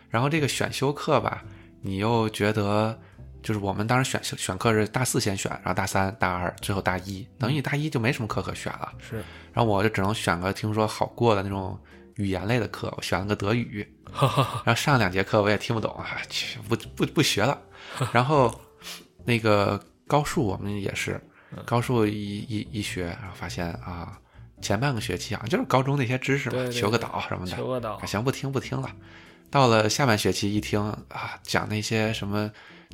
[SPEAKER 1] 然后这个选修课吧，你又觉得就是我们当时选修选课是大四先选，然后大三、大二，最后大一，等于你大一就没什么课可选了，
[SPEAKER 2] 是
[SPEAKER 1] 然后我就只能选个听说好过的那种语言类的课，我选了个德语，然后上两节课我也听不懂啊，去不不不学了。然后那个高数我们也是，高数一一一学，然后发现啊，前半个学期啊就是高中那些知识嘛，
[SPEAKER 2] 对对
[SPEAKER 1] 求个导什么的，
[SPEAKER 2] 求个导
[SPEAKER 1] 啊行不听不听了。到了下半学期一听啊，讲那些什么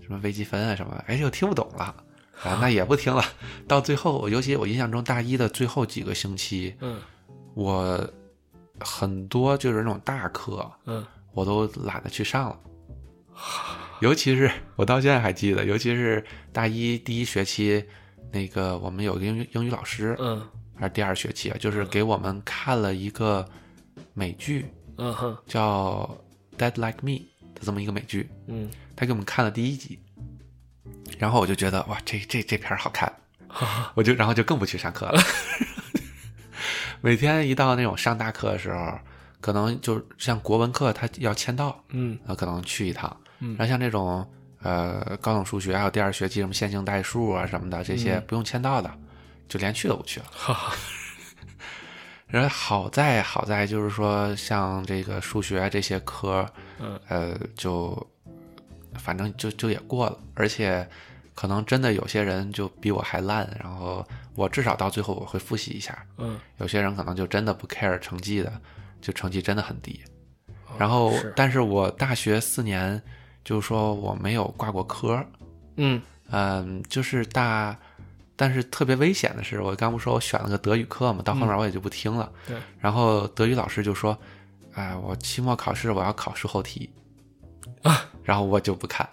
[SPEAKER 1] 什么微积分啊什么的，哎又听不懂了。啊，那也不听了。到最后，尤其我印象中大一的最后几个星期，
[SPEAKER 2] 嗯
[SPEAKER 1] 我很多就是那种大课，
[SPEAKER 2] 嗯
[SPEAKER 1] 我都懒得去上了。尤其是我到现在还记得，尤其是大一第一学期，那个我们有个英语英语老师，
[SPEAKER 2] 嗯
[SPEAKER 1] 还是第二学期啊，就是给我们看了一个美剧，
[SPEAKER 2] 嗯哼
[SPEAKER 1] 叫《Dead Like Me》的这么一个美剧，
[SPEAKER 2] 嗯
[SPEAKER 1] 他给我们看了第一集，然后我就觉得哇，这这这片儿好看，我就然后就更不去上课了。 每天一到那种上大课的时候，可能就像国文课，他要签到，
[SPEAKER 2] 嗯
[SPEAKER 1] 啊，可能去一趟。
[SPEAKER 2] 嗯
[SPEAKER 1] 然后像这种呃高等数学还有第二学期什么线性代数啊什么的，这些不用签到的，就连去都不去了。
[SPEAKER 2] 嗯哈哈
[SPEAKER 1] 然后好在好在就是说像这个数学这些科，
[SPEAKER 2] 嗯
[SPEAKER 1] 呃，就反正就就也过了，而且。可能真的有些人就比我还烂，然后我至少到最后我会复习一下。
[SPEAKER 2] 嗯
[SPEAKER 1] 有些人可能就真的不 care 成绩的，就成绩真的很低。然后，
[SPEAKER 2] 啊哦是
[SPEAKER 1] 但是我大学四年，就是说我没有挂过科，
[SPEAKER 2] 嗯
[SPEAKER 1] 嗯，就是大，但是特别危险的是，我刚不说我选了个德语课嘛，到
[SPEAKER 2] 嗯
[SPEAKER 1] 后面我也就不听了。
[SPEAKER 2] 对
[SPEAKER 1] 然后德语老师就说：“哎、我期末考试我要考数后题。”
[SPEAKER 2] 啊，
[SPEAKER 1] 然后我就不看，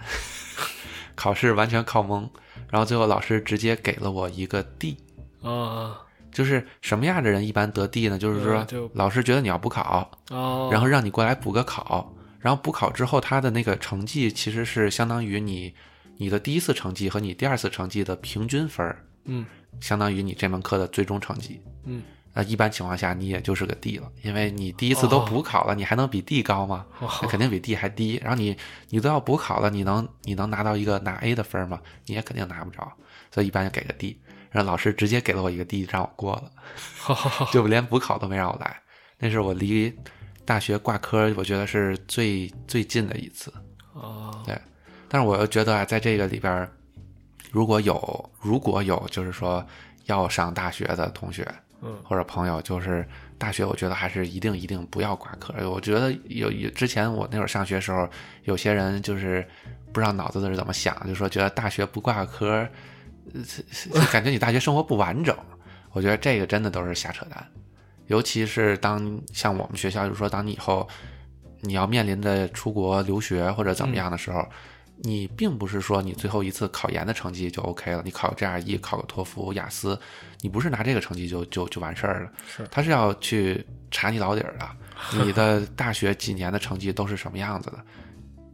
[SPEAKER 1] 考试完全考懵。然后最后老师直接给了我一个 D，
[SPEAKER 2] 啊
[SPEAKER 1] 就是什么样的人一般得 D 呢？就是说
[SPEAKER 2] 嗯就
[SPEAKER 1] 老师觉得你要补考，
[SPEAKER 2] 哦，
[SPEAKER 1] 然后让你过来补个考，然后补考之后，他的那个成绩其实是相当于你你的第一次成绩和你第二次成绩的平均分儿，
[SPEAKER 2] 嗯
[SPEAKER 1] 相当于你这门课的最终成绩。
[SPEAKER 2] 嗯
[SPEAKER 1] 那一般情况下，你也就是个 D 了，因为你第一次都
[SPEAKER 2] 哦
[SPEAKER 1] 补考了，你还能比 D 高吗？那
[SPEAKER 2] 哦
[SPEAKER 1] 肯定比 D 还低。然后你你都要补考了，你能你能拿到一个拿 A 的分儿吗？你也肯定拿不着，所以一般就给个 D。然后老师直接给了我一个 D，让我过了。
[SPEAKER 2] 好好好
[SPEAKER 1] 就连补考都没让我来。那是我离大学挂科，我觉得是最最近的一次。
[SPEAKER 2] 哦
[SPEAKER 1] 对，但是我又觉得啊，在这个里边儿，如果有如果有就是说要上大学的同学
[SPEAKER 2] 嗯
[SPEAKER 1] 或者朋友，就是大学，我觉得还是一定一定不要挂科。哎我觉得有有之前我那会儿上学的时候，有些人就是不知道脑子是怎么想，就说觉得大学不挂科，呃是是是感觉你大学生活不完整。我觉得这个真的都是瞎扯淡。尤其是当像我们学校，就是说，当你以后你要面临着出国留学或者怎么样的时候，你并不是说你最后一次考研的成绩就 OK 了，你考个 GRE、考个托福、雅思，你不是拿这个成绩就就就完事儿了，
[SPEAKER 2] 是
[SPEAKER 1] 他是要去查你老底儿的，你的大学几年的成绩都是什么样子的，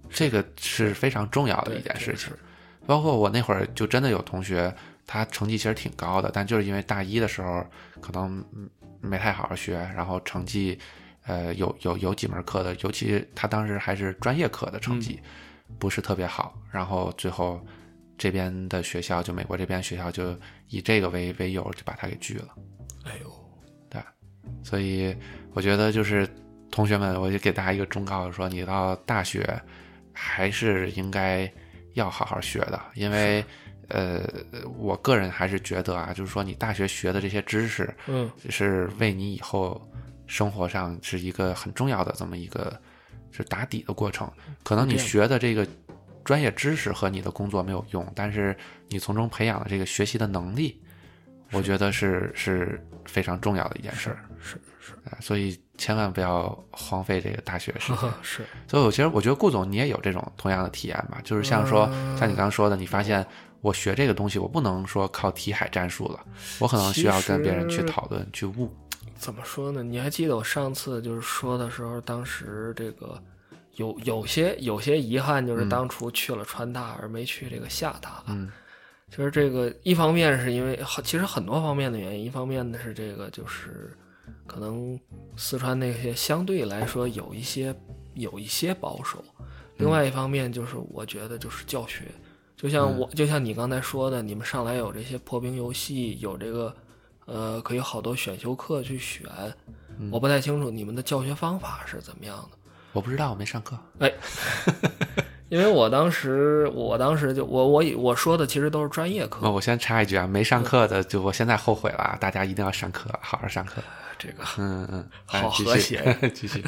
[SPEAKER 1] 这个是非常重要的
[SPEAKER 2] 对
[SPEAKER 1] 一件
[SPEAKER 2] 这
[SPEAKER 1] 事
[SPEAKER 2] 个
[SPEAKER 1] 情
[SPEAKER 2] 是。
[SPEAKER 1] 包括我那会儿就真的有同学，他成绩其实挺高的，但就是因为大一的时候可能嗯没太好好学，然后成绩，呃，有有有几门课的，尤其他当时还是专业课的成绩，不是特别好，然后最后这边的学校就美国这边学校就以这个为为由就把他给拒了。
[SPEAKER 2] 哎呦
[SPEAKER 1] 所以我觉得就是同学们，我就给大家一个忠告，说你到大学还是应该要好好学的，因为呃，我个人还是觉得啊，就是说你大学学的这些知识
[SPEAKER 2] 嗯
[SPEAKER 1] 是为你以后生活上是一个很重要的这么一个是打底的过程。可能你
[SPEAKER 2] 这样
[SPEAKER 1] 学的这个专业知识和你的工作没有用，但是你从中培养的这个学习的能力，我觉得是是非常重要的一件事儿。
[SPEAKER 2] 是 是
[SPEAKER 1] 啊，所以千万不要荒废这个大学时
[SPEAKER 2] 哈
[SPEAKER 1] 间。
[SPEAKER 2] 哈是
[SPEAKER 1] 所以，我其实我觉得顾总你也有这种同样的体验吧，就是像说，
[SPEAKER 2] 嗯
[SPEAKER 1] 像你刚刚说的，你发现我学这个东西，我不能说靠题海战术了，我可能需要跟别人去
[SPEAKER 2] 其实
[SPEAKER 1] 讨论、去悟。
[SPEAKER 2] 怎么说呢？你还记得我上次就是说的时候，当时这个有有些有些遗憾，就是当初去了川大而没去这个厦大。
[SPEAKER 1] 嗯，
[SPEAKER 2] 其实这个一方面是因为很其实很多方面的原因，一方面呢是这个就是可能四川那些相对来说有一些有一些保守，另外一方面就是我觉得就是教学，
[SPEAKER 1] 嗯
[SPEAKER 2] 就像我、就像你刚才说的，你们上来有这些破冰游戏，有这个呃可以
[SPEAKER 1] 嗯
[SPEAKER 2] 好多选修课去选，我不太清楚你们的教学方法是怎么样的。
[SPEAKER 1] 我不知道，我没上课。
[SPEAKER 2] 哎，因为我当时，我当时就我我以我说的其实都是专业课，
[SPEAKER 1] 我先插一句啊，没上课的就我现在后悔了啊，大家一定要上课，好好上课。
[SPEAKER 2] 这个
[SPEAKER 1] 嗯嗯，哎
[SPEAKER 2] 好
[SPEAKER 1] 继
[SPEAKER 2] 和
[SPEAKER 1] 续 继 续。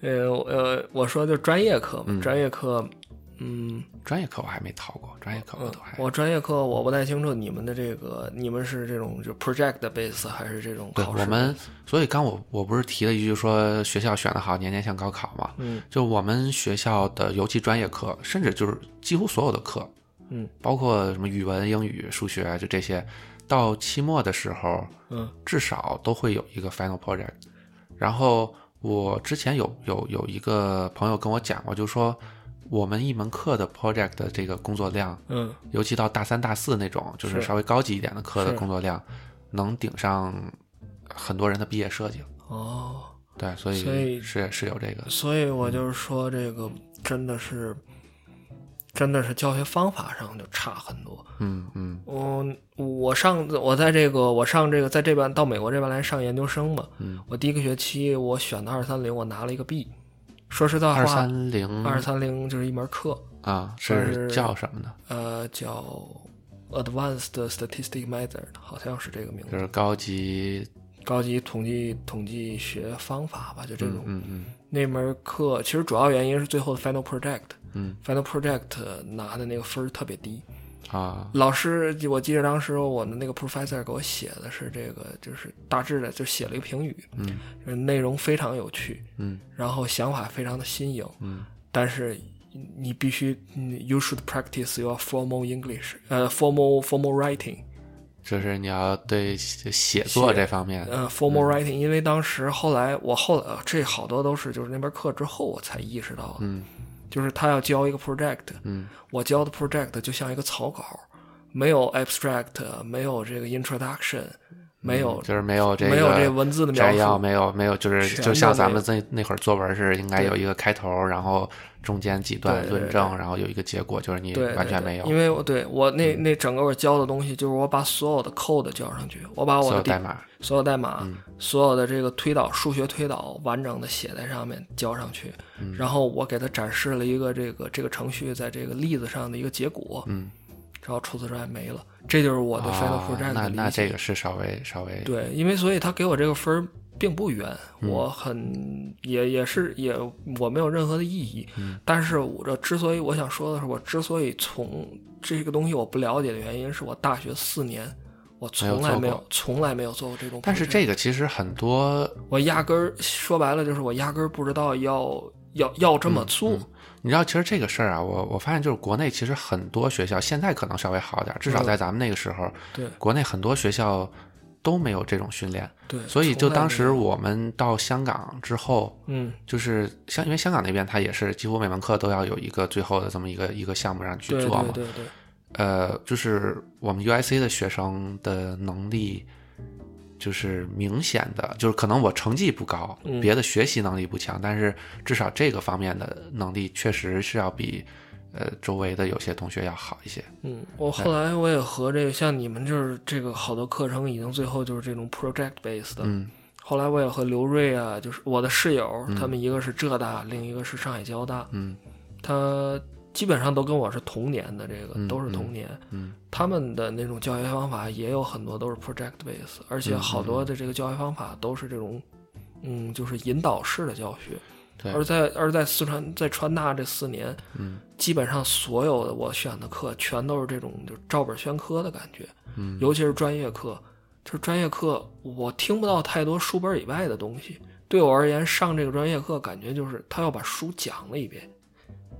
[SPEAKER 2] 呃我呃，我说就专业课嘛，
[SPEAKER 1] 嗯
[SPEAKER 2] 专业课，嗯，呃
[SPEAKER 1] 专业课我还没逃过，专业课我都还
[SPEAKER 2] 我专业课我不太清楚你们的这个，你们是这种就 project base 还是这种
[SPEAKER 1] 对
[SPEAKER 2] 考试？
[SPEAKER 1] 我们，所以刚我我不是提了一句说学校选的好，年年像高考嘛。
[SPEAKER 2] 嗯
[SPEAKER 1] 就我们学校的尤其专业课，甚至就是几乎所有的课，
[SPEAKER 2] 嗯
[SPEAKER 1] 包括什么语文、英语、数学，啊就这些，到期末的时候，
[SPEAKER 2] 嗯
[SPEAKER 1] 至少都会有一个 final project。然后我之前有有有一个朋友跟我讲过，就说我们一门课的 project 的这个工作量，
[SPEAKER 2] 嗯，
[SPEAKER 1] 尤其到大三、大四那种就是
[SPEAKER 2] 是
[SPEAKER 1] 稍微高级一点的课的
[SPEAKER 2] 是
[SPEAKER 1] 工作量，能顶上很多人的毕业设计了。
[SPEAKER 2] 哦，
[SPEAKER 1] 对，所以
[SPEAKER 2] 所以
[SPEAKER 1] 是是有这个，
[SPEAKER 2] 所以
[SPEAKER 1] 嗯
[SPEAKER 2] 我就是说，这个真的是，真的是教学方法上就差很多。
[SPEAKER 1] 嗯嗯
[SPEAKER 2] 嗯，我上我在这个我上这个在这边到美国这边来上研究生嘛，
[SPEAKER 1] 嗯，
[SPEAKER 2] 我第一个学期我选的二三零，我拿了一个 B。说实在
[SPEAKER 1] 二
[SPEAKER 2] 话，
[SPEAKER 1] 三零
[SPEAKER 2] 二三零就是一门课，
[SPEAKER 1] 啊，
[SPEAKER 2] 二
[SPEAKER 1] 是叫什么呢？
[SPEAKER 2] 呃，叫 Advanced Statistic Method，好像是这个名
[SPEAKER 1] 就
[SPEAKER 2] 字，
[SPEAKER 1] 是高级，
[SPEAKER 2] 高级统计统计学方法吧，就这种。
[SPEAKER 1] 嗯嗯
[SPEAKER 2] 那门课其实主要原因是最后的 Final Project。
[SPEAKER 1] 嗯
[SPEAKER 2] Final Project 拿的那个分儿特别低。
[SPEAKER 1] 啊，
[SPEAKER 2] 老师，我记得当时我们那个 professor 给我写的是这个，就是大致的就写了一个评语，
[SPEAKER 1] 嗯
[SPEAKER 2] 就是内容非常有趣，
[SPEAKER 1] 嗯
[SPEAKER 2] 然后想法非常的新颖，
[SPEAKER 1] 嗯
[SPEAKER 2] 但是你必须嗯，you should practice your formal English，呃，formal formal writing，
[SPEAKER 1] 就是你要对写写作这方面，
[SPEAKER 2] 呃，formal writing，因为当时后来我后来这好多都是就是那门课之后我才意识到的，
[SPEAKER 1] 嗯
[SPEAKER 2] 就是他要教一个 project，
[SPEAKER 1] 嗯
[SPEAKER 2] 我教的 project 就像一个草稿，没有 abstract，没有这个 introduction，没有、
[SPEAKER 1] 就是没有嗯这个
[SPEAKER 2] 呃没有这文字的
[SPEAKER 1] 摘
[SPEAKER 2] 描
[SPEAKER 1] 要，
[SPEAKER 2] 述，
[SPEAKER 1] 没有没有，就是
[SPEAKER 2] 全
[SPEAKER 1] 就
[SPEAKER 2] 都
[SPEAKER 1] 像咱
[SPEAKER 2] 没
[SPEAKER 1] 们
[SPEAKER 2] 有
[SPEAKER 1] 那那会儿作文是应该有一个开头，然后中间几段
[SPEAKER 2] 对对
[SPEAKER 1] 论证，然后有一个结果，就是你
[SPEAKER 2] 对，
[SPEAKER 1] 完
[SPEAKER 2] 对
[SPEAKER 1] 全
[SPEAKER 2] 对
[SPEAKER 1] 没有嗯
[SPEAKER 2] 因为我对我那那整个我教的东西，就是我把所有的 code 教上去，我把我
[SPEAKER 1] 所
[SPEAKER 2] 的
[SPEAKER 1] 有
[SPEAKER 2] 第
[SPEAKER 1] 代码，
[SPEAKER 2] 所有代码、
[SPEAKER 1] 嗯
[SPEAKER 2] 所有的这个推导、数学推导完整的写在上面交上去，
[SPEAKER 1] 嗯
[SPEAKER 2] 然后我给他展示了一个这个这个程序在这个例子上的一个结果，
[SPEAKER 1] 嗯，
[SPEAKER 2] 然后除此之外没了。这就是我对 Final
[SPEAKER 1] 啊
[SPEAKER 2] Project
[SPEAKER 1] 那
[SPEAKER 2] 的理解。
[SPEAKER 1] 那这个是稍微稍微
[SPEAKER 2] 对，因为所以他给我这个分儿并不冤，
[SPEAKER 1] 嗯
[SPEAKER 2] 我很也也是也我没有任何的异议。
[SPEAKER 1] 嗯
[SPEAKER 2] 但是我这之所以我想说的是，我之所以从这个东西我不了解的原因，是我大学四年我从来
[SPEAKER 1] 没
[SPEAKER 2] 没
[SPEAKER 1] 有做
[SPEAKER 2] 有从来没有做过这种 project。
[SPEAKER 1] 但是这个其实很多，
[SPEAKER 2] 我压根儿说白了就是我压根儿不知道要要要这么
[SPEAKER 1] 嗯
[SPEAKER 2] 做。
[SPEAKER 1] 你知道，其实这个事儿啊，我我发现就是国内其实很多学校现在可能稍微好点儿，至少
[SPEAKER 2] 嗯
[SPEAKER 1] 在咱们那个时候，
[SPEAKER 2] 对
[SPEAKER 1] 国内很多学校都没有这种训练，
[SPEAKER 2] 对，
[SPEAKER 1] 所以就
[SPEAKER 2] 从来没有
[SPEAKER 1] 当时我们到香港之后，
[SPEAKER 2] 嗯
[SPEAKER 1] 就是香，因为香港那边它也是几乎每门课都要有一个最后的这么一个一个项目让你去
[SPEAKER 2] 对
[SPEAKER 1] 做嘛，
[SPEAKER 2] 对对对
[SPEAKER 1] 呃，就是我们 UIC 的学生的能力，就是明显的，就是可能我成绩不高，
[SPEAKER 2] 嗯
[SPEAKER 1] 别的学习能力不强，但是至少这个方面的能力确实是要比呃周围的有些同学要好一些。
[SPEAKER 2] 嗯，我后来我也和这个像你们就是这个好多课程已经最后就是这种 project base 的，
[SPEAKER 1] 嗯
[SPEAKER 2] 后来我也和刘瑞啊，就是我的室友，他们一个是浙大，另一个是上海交大，
[SPEAKER 1] 嗯
[SPEAKER 2] 他基本上都跟我是同年的，这个、
[SPEAKER 1] 嗯
[SPEAKER 2] 都是同年。
[SPEAKER 1] 嗯
[SPEAKER 2] 他们的那种教学方法也有很多都是 project base，而
[SPEAKER 1] 嗯
[SPEAKER 2] 且好多的这个教学方法都是这种，嗯，就是引导式的教学。
[SPEAKER 1] 对
[SPEAKER 2] 而在而在四川在川大这四年，
[SPEAKER 1] 嗯
[SPEAKER 2] 基本上所有的我选的课全都是这种就照本宣科的感觉，
[SPEAKER 1] 嗯
[SPEAKER 2] 尤其是专业课，就是专业课我听不到太多书本以外的东西。对我而言，上这个专业课感觉就是他要把书讲了一遍。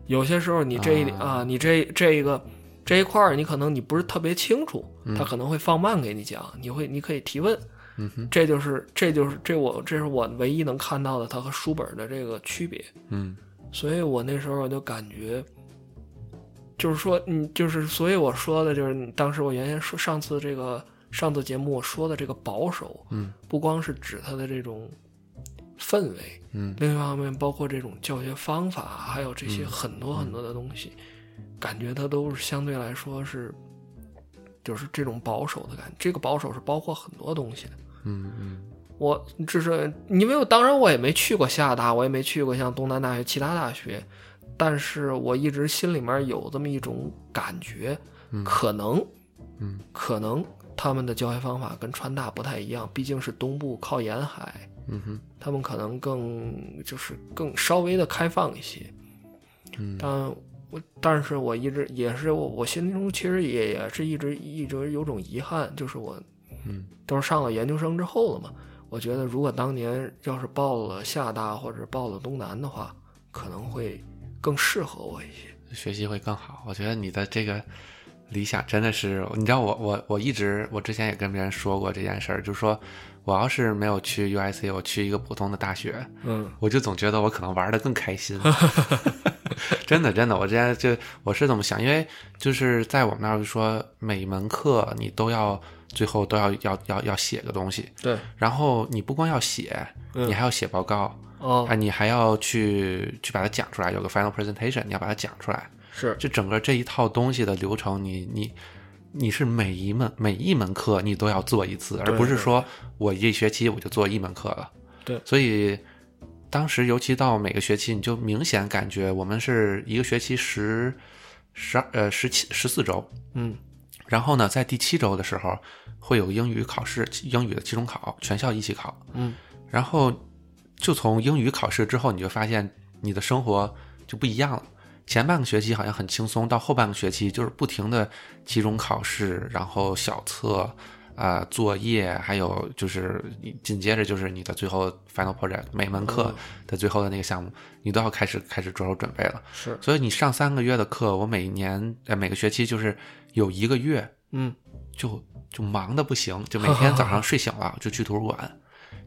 [SPEAKER 2] 有些时候你这一
[SPEAKER 1] 啊
[SPEAKER 2] 啊你这这一个这一块儿，你可能你不是特别清楚，他可能会放慢给你讲，你会你可以提问。
[SPEAKER 1] 嗯哼
[SPEAKER 2] 这就是这就是这我这是我唯一能看到的它和书本的这个区别。
[SPEAKER 1] 嗯
[SPEAKER 2] 所以我那时候就感觉，就是说，你就是，所以我说的就是，你当时我原先说上次这个上次节目我说的这个保守，
[SPEAKER 1] 嗯
[SPEAKER 2] 不光是指它的这种氛围，
[SPEAKER 1] 嗯
[SPEAKER 2] 另一方面包括这种教学方法，还有这些很
[SPEAKER 1] 嗯
[SPEAKER 2] 多很多的东西，感觉它都是相对来说是，就是这种保守的感觉。这个保守是包括很多东西的。
[SPEAKER 1] 嗯嗯，
[SPEAKER 2] 我只是因为我当然我也没去过厦大，我也没去过像东南大学其他大学，但是我一直心里面有这么一种感觉，可能
[SPEAKER 1] 嗯
[SPEAKER 2] 可能他们的教学方法跟川大不太一样，毕竟是东部靠沿海，
[SPEAKER 1] 嗯哼，
[SPEAKER 2] 他们可能更就是更稍微的开放一些。
[SPEAKER 1] 嗯
[SPEAKER 2] 但我但是我一直也是我我心中其实也也是一直一直有种遗憾，就是我
[SPEAKER 1] 嗯
[SPEAKER 2] 都是上了研究生之后了嘛，我觉得如果当年要是报了厦大或者报了东南的话，可能会更适合我一些。
[SPEAKER 1] 学习会更好。我觉得你的这个理想真的是，你知道我我我一直我之前也跟别人说过这件事儿，就是说我要是没有去 UIC，我去一个普通的大学，
[SPEAKER 2] 嗯
[SPEAKER 1] 我就总觉得我可能玩的更开心。真的，真的，我之前就我是这么想，因为就是在我们那儿就说，每门课你都要最后都要要要要写个东西，
[SPEAKER 2] 对，
[SPEAKER 1] 然后你不光要写，
[SPEAKER 2] 嗯
[SPEAKER 1] 你还要写报告，
[SPEAKER 2] 哦
[SPEAKER 1] 啊，，你还要去去把它讲出来，有个 final presentation，你要把它讲出来。
[SPEAKER 2] 是
[SPEAKER 1] 就整个这一套东西的流程，你你你是每一门每一门课你都要做一次，而
[SPEAKER 2] 对
[SPEAKER 1] 不是
[SPEAKER 2] 对
[SPEAKER 1] 说我一学期我就做一门课了。
[SPEAKER 2] 对
[SPEAKER 1] 所以当时尤其到每个学期，你就明显感觉我们是一个学期十十二呃十七十四周，
[SPEAKER 2] 嗯
[SPEAKER 1] 然后呢，在第七周的时候会有英语考试，英语的期中考，全校一起考。
[SPEAKER 2] 嗯，
[SPEAKER 1] 然后就从英语考试之后，你就发现你的生活就不一样了。前半个学期好像很轻松，到后半个学期就是不停的期中考试，然后小测啊、呃作业，还有就是紧接着就是你的最后 final project，每门课的最后的那个项目，你都要开始开始着手准备了。
[SPEAKER 2] 是
[SPEAKER 1] 所以你上三个月的课，我每年呃每个学期就是有一个月
[SPEAKER 2] 嗯
[SPEAKER 1] 就就忙的不行，就每天早上睡醒了就去图书馆，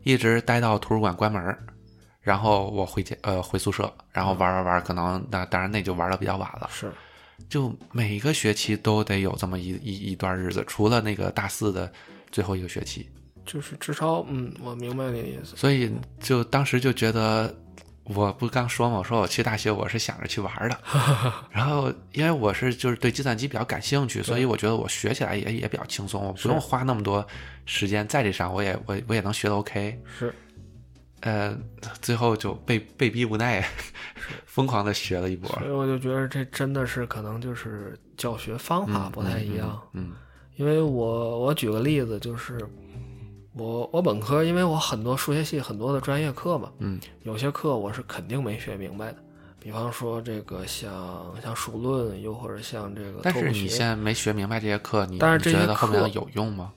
[SPEAKER 1] 一直待到图书馆关门儿，然后我回家呃回宿舍，然后玩玩玩，可能那当然那就玩的比较晚了。
[SPEAKER 2] 是
[SPEAKER 1] 就每个学期都得有这么一一一段日子，除了那个大四的最后一个学期，
[SPEAKER 2] 就是至少嗯，我明白你的意思。
[SPEAKER 1] 所以就当时就觉得，我不刚说嘛，我说我去大学我是想着去玩 儿的，然后因为我是就是对计算机比较感兴趣，所以我觉得我学起来也也比较轻松，我不用花那么多时间在这上，我也我我也能学得 OK。
[SPEAKER 2] 是
[SPEAKER 1] 呃，最后就被被逼无奈，疯狂的学了一波。
[SPEAKER 2] 所以我就觉得这真的是可能就是教学方法
[SPEAKER 1] 嗯
[SPEAKER 2] 啊不太一样。，
[SPEAKER 1] 嗯
[SPEAKER 2] 因为我我举个例子，就是我我本科，因为我很多数学系很多的专业课嘛，
[SPEAKER 1] 嗯
[SPEAKER 2] 有些课我是肯定没学明白的，比方说这个像像数论，又或者像这个
[SPEAKER 1] 但
[SPEAKER 2] 拓
[SPEAKER 1] 是
[SPEAKER 2] 扑
[SPEAKER 1] 你
[SPEAKER 2] 学
[SPEAKER 1] 现在没学明白这些课，你
[SPEAKER 2] 但是
[SPEAKER 1] 你
[SPEAKER 2] 这
[SPEAKER 1] 觉
[SPEAKER 2] 些
[SPEAKER 1] 得后
[SPEAKER 2] 课
[SPEAKER 1] 面有用吗？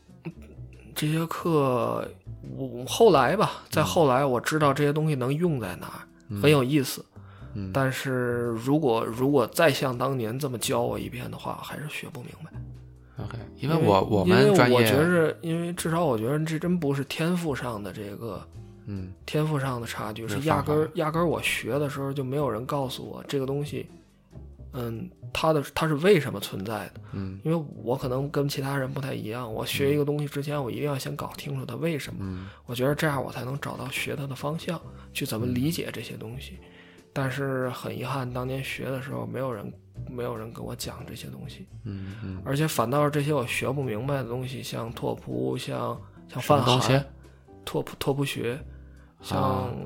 [SPEAKER 2] 这些课，我我后来吧，
[SPEAKER 1] 嗯
[SPEAKER 2] 再后来我知道这些东西能用在哪儿，很有意思。
[SPEAKER 1] 嗯
[SPEAKER 2] 但是如果如果再像当年这么教我一遍的话，还是学不明白。
[SPEAKER 1] OK，因为我我
[SPEAKER 2] 因为
[SPEAKER 1] 们专业，
[SPEAKER 2] 我觉着，因为至少我觉得这真不是天赋上的这个
[SPEAKER 1] 嗯
[SPEAKER 2] 天赋上的差距，
[SPEAKER 1] 是
[SPEAKER 2] 是
[SPEAKER 1] 方
[SPEAKER 2] 压根儿
[SPEAKER 1] 法
[SPEAKER 2] 压根儿我学的时候就没有人告诉我这个东西，嗯，它的它是为什么存在的？
[SPEAKER 1] 嗯
[SPEAKER 2] 因为我可能跟其他人不太一样，我学一个东西之前，我一定要先搞清楚它为什么。
[SPEAKER 1] 嗯
[SPEAKER 2] 我觉得这样我才能找到学它的方向，去怎么理解这些东西。但是很遗憾，当年学的时候没有人没有人跟我讲这些东西，
[SPEAKER 1] 嗯嗯，
[SPEAKER 2] 而且反倒是这些我学不明白的东西，像拓扑，像像
[SPEAKER 1] 什
[SPEAKER 2] 泛
[SPEAKER 1] 么东西
[SPEAKER 2] 函。？拓扑拓扑学，
[SPEAKER 1] 啊
[SPEAKER 2] 像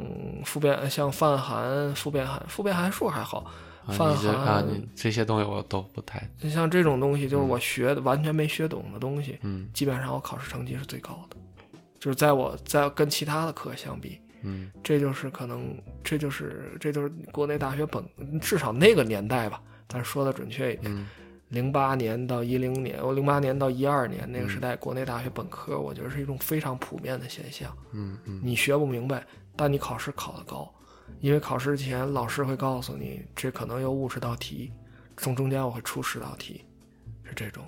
[SPEAKER 2] 复变像泛函、复变函、复变函数还好，
[SPEAKER 1] 啊
[SPEAKER 2] 泛
[SPEAKER 1] 你这啊，
[SPEAKER 2] 函
[SPEAKER 1] 你这些东西我都不太，
[SPEAKER 2] 像这种东西，就是我学的完全没学懂的东西，
[SPEAKER 1] 嗯
[SPEAKER 2] 基本上我考试成绩是最高的，就是在我在跟其他的课相比，
[SPEAKER 1] 嗯
[SPEAKER 2] 这就是可能这就是这就是国内大学本至少那个年代吧，咱说的准确一点。
[SPEAKER 1] 嗯
[SPEAKER 2] 零八年到一零年，我零八年到一二年那个
[SPEAKER 1] 嗯
[SPEAKER 2] 时代，国内大学本科，我觉得是一种非常普遍的现象。
[SPEAKER 1] 嗯嗯
[SPEAKER 2] 你学不明白，但你考试考得高，因为考试前老师会告诉你，这可能有五十道题，从中间我会出十道题，是这种。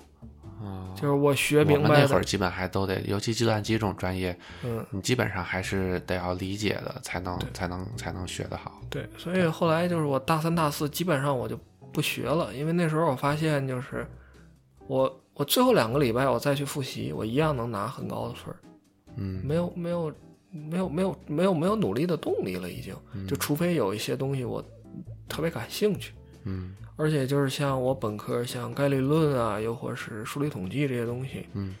[SPEAKER 1] 啊，
[SPEAKER 2] 就是我学
[SPEAKER 1] 我
[SPEAKER 2] 明
[SPEAKER 1] 们
[SPEAKER 2] 白
[SPEAKER 1] 那会
[SPEAKER 2] 的
[SPEAKER 1] 儿，基本还都得，尤其计算机这种专业，
[SPEAKER 2] 嗯，
[SPEAKER 1] 你基本上还是得要理解的，才能才能才能学得好。
[SPEAKER 2] 对，所以后来就是我大三、大四基本上我就不学了，因为那时候我发现就是我我最后两个礼拜我再去复习，我一样能拿很高的分儿，
[SPEAKER 1] 嗯
[SPEAKER 2] 没有没有没有没有没有没有努力的动力了，已经就除非有一些东西我特别感兴趣。
[SPEAKER 1] 嗯
[SPEAKER 2] 而且就是像我本科像概率论啊，又或是数理统计这些东西，
[SPEAKER 1] 嗯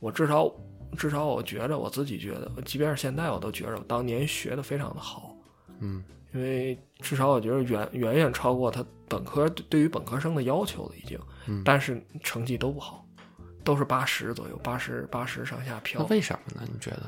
[SPEAKER 2] 我至少至少我觉得我自己觉得，即便是现在，我都觉得我当年学的非常的好，
[SPEAKER 1] 嗯，
[SPEAKER 2] 因为至少我觉得远远远超过他本科对于本科生的要求了已经，
[SPEAKER 1] 嗯
[SPEAKER 2] 但是成绩都不好，都是八十左右，八十八十上下
[SPEAKER 1] 那
[SPEAKER 2] 飘。
[SPEAKER 1] 为什么呢？你觉得？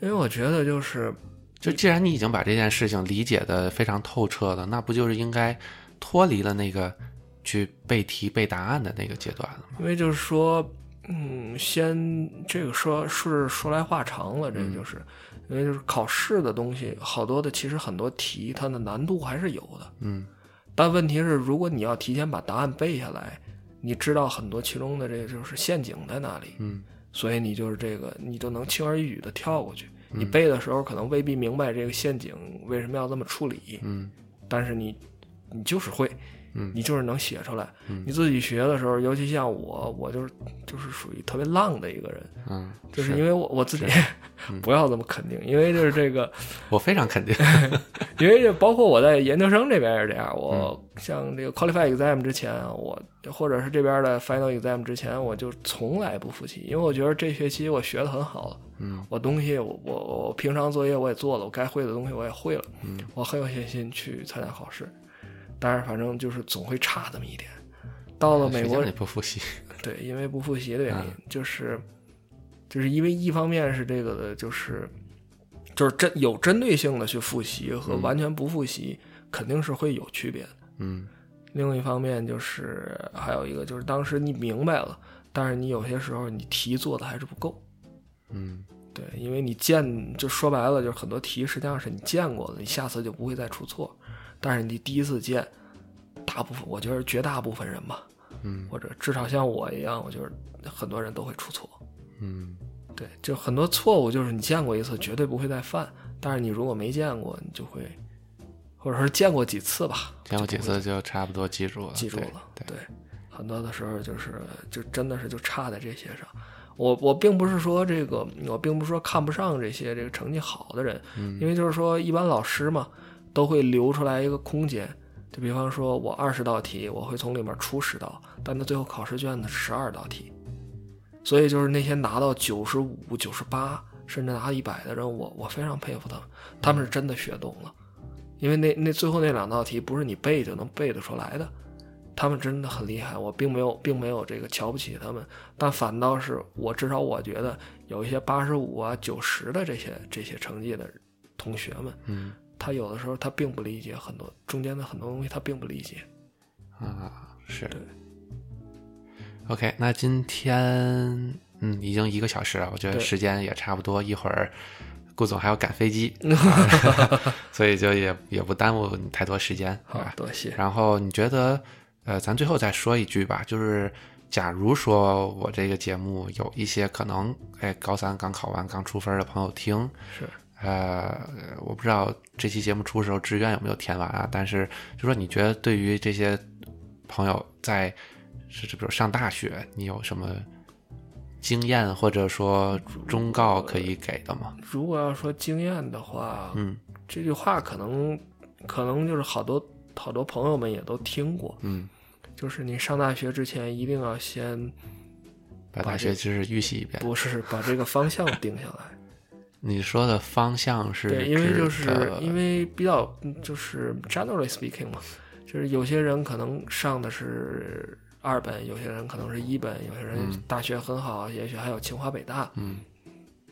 [SPEAKER 2] 因为我觉得就是
[SPEAKER 1] 就既然你已经把这件事情理解的非常透彻了，那不就是应该脱离了那个去背题背答案的那个阶段了吗？
[SPEAKER 2] 因为就是说，嗯，先这个说是说来话长了，这
[SPEAKER 1] 嗯
[SPEAKER 2] 个就是、因为就是考试的东西，好多的其实很多题它的难度还是有的，
[SPEAKER 1] 嗯
[SPEAKER 2] 但问题是，如果你要提前把答案背下来，你知道很多其中的这个就是陷阱在哪里，
[SPEAKER 1] 嗯
[SPEAKER 2] 所以你就是这个你就能轻而易举的跳过去。
[SPEAKER 1] 嗯
[SPEAKER 2] 你背的时候可能未必明白这个陷阱为什么要这么处理，
[SPEAKER 1] 嗯
[SPEAKER 2] 但是你你就是会，
[SPEAKER 1] 嗯
[SPEAKER 2] 你就是能写出来。
[SPEAKER 1] 嗯
[SPEAKER 2] 你自己学的时候，尤其像我，我就是就是属于特别浪的一个人，
[SPEAKER 1] 嗯，
[SPEAKER 2] 就是因为我我自己 不要这么肯定，因为就是这个，
[SPEAKER 1] 我非常肯 定。
[SPEAKER 2] 因为这包括我在研究生这边也是这样，
[SPEAKER 1] 嗯
[SPEAKER 2] 我像这个 qualify exam 之前，啊我或者是这边的 final exam 之前，我就从来不复习，因为我觉得这学期我学的很好了。
[SPEAKER 1] 嗯，
[SPEAKER 2] 我东西我我我平常作业我也做了，我该会的东西我也会了，
[SPEAKER 1] 嗯
[SPEAKER 2] 我很有信心去参加考试，但是反正就是总会差这么一点。到了美
[SPEAKER 1] 谁
[SPEAKER 2] 国
[SPEAKER 1] 叫你，不复习？
[SPEAKER 2] 对，因为不复习的原因
[SPEAKER 1] 嗯，
[SPEAKER 2] 就是就是因为一方面是这个就是就是针有针对性的去复习和完全不复习，肯定是会有区别的。
[SPEAKER 1] 嗯
[SPEAKER 2] 另一方面就是还有一个就是当时你明白了，但是你有些时候你题做的还是不够。
[SPEAKER 1] 嗯
[SPEAKER 2] 对，因为你见就说白了，就是很多题实际上是你见过的，你下次就不会再出错。但是你第一次见，大部分我觉得绝大部分人吧，
[SPEAKER 1] 嗯
[SPEAKER 2] 或者至少像我一样，我觉得很多人都会出错。
[SPEAKER 1] 嗯
[SPEAKER 2] 对，就很多错误就是你见过一次绝对不会再犯，但是你如果没见过，你就会，或者说见过几次吧，
[SPEAKER 1] 见过几次就差不多记住了，
[SPEAKER 2] 记住
[SPEAKER 1] 对
[SPEAKER 2] 了。
[SPEAKER 1] 对，
[SPEAKER 2] 很多的时候就是就真的是就差在这些上。我我并不是说这个，我并不是说看不上这些这个成绩好的人，
[SPEAKER 1] 嗯
[SPEAKER 2] 因为就是说一般老师嘛都会留出来一个空间。就比方说，我二十道题，我会从里面出十道，但他最后考试卷子十二道题，所以就是那些拿到九十五、九十八，甚至拿一百的人，我我非常佩服他们，他们是真的学懂了，因为那那最后那两道题不是你背就能背得出来的，他们真的很厉害，我并没有并没有这个瞧不起他们，但反倒是我至少我觉得有一些八十五啊、九十的这些这些成绩的同学们，
[SPEAKER 1] 嗯
[SPEAKER 2] 他有的时候他并不理解很多中间的很多东西，他并不理解。
[SPEAKER 1] 啊是
[SPEAKER 2] 对。
[SPEAKER 1] OK，那今天嗯已经一个小时了，我觉得
[SPEAKER 2] 对
[SPEAKER 1] 时间也差不多，一会儿顾总还要赶飞 机，啊所以就也也不耽误你太多时间，好
[SPEAKER 2] 好
[SPEAKER 1] 吧，？啊
[SPEAKER 2] 多谢。
[SPEAKER 1] 然后你觉得，呃，咱最后再说一句吧，就是假如说我这个节目有一些可能，哎，高三刚考完、刚出分的朋友听，
[SPEAKER 2] 是，
[SPEAKER 1] 呃，我不知道这期节目出的时候志愿有没有填完啊，但是就说你觉得对于这些朋友在是这比如上大学，你有什么经验或者说忠告可以给的吗？
[SPEAKER 2] 如果要说经验的话，
[SPEAKER 1] 嗯
[SPEAKER 2] 这句话可能可能就是好多好多朋友们也都听过，
[SPEAKER 1] 嗯，
[SPEAKER 2] 就是你上大学之前一定要先
[SPEAKER 1] 把大学知识预习一遍。
[SPEAKER 2] 不是把这个方向定下来。
[SPEAKER 1] 你说的方向是
[SPEAKER 2] 对，因为
[SPEAKER 1] 指
[SPEAKER 2] 就是
[SPEAKER 1] 的
[SPEAKER 2] 因为比较嗯就是 generally speaking 嘛，就是有些人可能上的是二本，有些人可能是一本，有些人大学很好，也许还有清华北大，
[SPEAKER 1] 嗯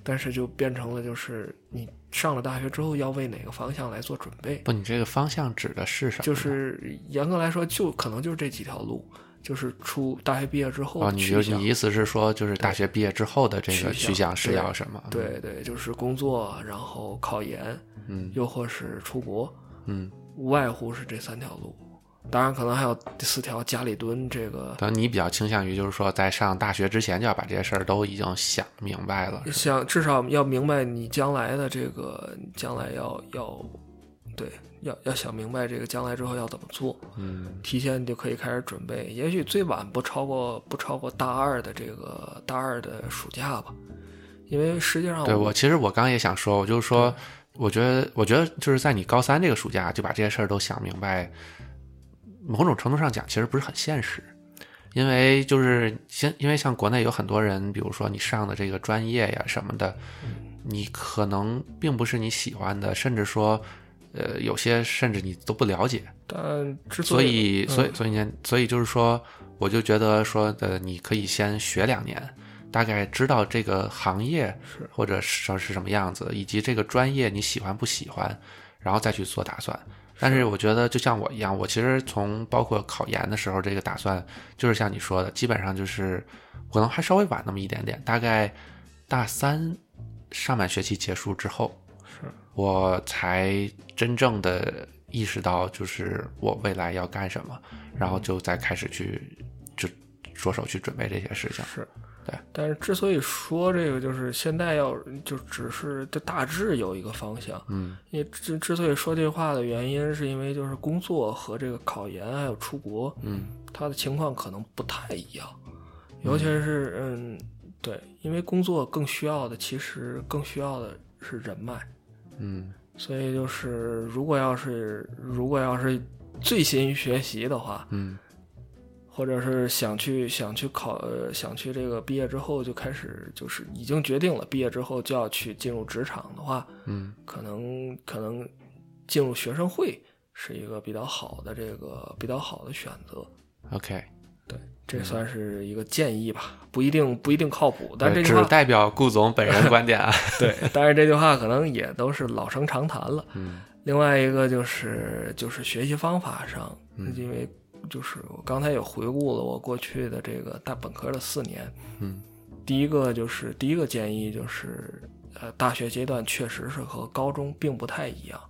[SPEAKER 2] 但是就变成了就是你上了大学之后要为哪个方向来做准备，
[SPEAKER 1] 不，你这个方向指的是什么呢？
[SPEAKER 2] 就是严格来说就可能就是这几条路，就是出大学毕业之后
[SPEAKER 1] 哦，
[SPEAKER 2] 的
[SPEAKER 1] 你
[SPEAKER 2] 取
[SPEAKER 1] 就
[SPEAKER 2] 向
[SPEAKER 1] 你意思是说，就是大学毕业之后的这个
[SPEAKER 2] 取向
[SPEAKER 1] 取向是
[SPEAKER 2] 对
[SPEAKER 1] 要什么？
[SPEAKER 2] 对对，就是工作，然后考研，
[SPEAKER 1] 嗯
[SPEAKER 2] 又或是出国，
[SPEAKER 1] 嗯，
[SPEAKER 2] 无外乎是这三条路。当然，可能还有第四条家里蹲这个，
[SPEAKER 1] 等你比较倾向于就是说，在上大学之前就要把这些事儿都已经想明白了。是吧
[SPEAKER 2] 想至少要明白你将来的这个，你将来要要，对，要要想明白这个将来之后要怎么做，
[SPEAKER 1] 嗯
[SPEAKER 2] 提前你就可以开始准备。也许最晚不超过不超过大二的这个大二的暑假吧，因为实际上
[SPEAKER 1] 对我其实我刚也想说，我就是说，我觉得我觉得就是在你高三这个暑假就把这些事儿都想明白，某种程度上讲其实不是很现实，因为就是先，因为像国内有很多人，比如说你上的这个专业呀什么的，你可能并不是你喜欢的，甚至说，呃，有些甚至你都不了解。
[SPEAKER 2] 但之
[SPEAKER 1] 所
[SPEAKER 2] 以嗯
[SPEAKER 1] 以，所以，所以呢，所以就是说，我就觉得说的，你可以先学两年，大概知道这个行业
[SPEAKER 2] 是
[SPEAKER 1] 或者是是什么样子，以及这个专业你喜欢不喜欢，然后再去做打算。但是我觉得，就像我一样，我其实从包括考研的时候，这个打算就是像你说的，基本上就是可能还稍微晚那么一点点，大概大三上半学期结束之后，
[SPEAKER 2] 是
[SPEAKER 1] 我才真正的意识到，就是我未来要干什么，然后就再开始去就着手去准备这些事情。
[SPEAKER 2] 是，
[SPEAKER 1] 对。
[SPEAKER 2] 但是之所以说这个，就是现在要就只是就大致有一个方向。
[SPEAKER 1] 嗯
[SPEAKER 2] 因为之之所以说这话的原因，是因为就是工作和这个考研还有出国，
[SPEAKER 1] 嗯
[SPEAKER 2] 他的情况可能不太一样，尤其是嗯，对，因为工作更需要的，其实更需要的是人脉。
[SPEAKER 1] 嗯
[SPEAKER 2] 所以就是，如果要是如果要是醉心于学习的话，
[SPEAKER 1] 嗯
[SPEAKER 2] 或者是想去想去考、呃想去这个毕业之后就开始就是已经决定了，毕业之后就要去进入职场的话，
[SPEAKER 1] 嗯
[SPEAKER 2] 可能可能进入学生会是一个比较好的这个比较好的选择。
[SPEAKER 1] ，OK，
[SPEAKER 2] 对，这
[SPEAKER 1] 嗯
[SPEAKER 2] 算是一个建议吧，不一定不一定靠谱，但这
[SPEAKER 1] 对
[SPEAKER 2] 句
[SPEAKER 1] 只
[SPEAKER 2] 话
[SPEAKER 1] 代表顾总本人观点啊。
[SPEAKER 2] 对，但是这句话可能也都是老生常谈了。
[SPEAKER 1] 嗯
[SPEAKER 2] 另外一个就是就是学习方法上，
[SPEAKER 1] 嗯
[SPEAKER 2] 因为就是我刚才也回顾了我过去的这个大本科的四年，
[SPEAKER 1] 嗯
[SPEAKER 2] 第一个就是第一个建议就是，呃，大学阶段确实是和高中并不太一样。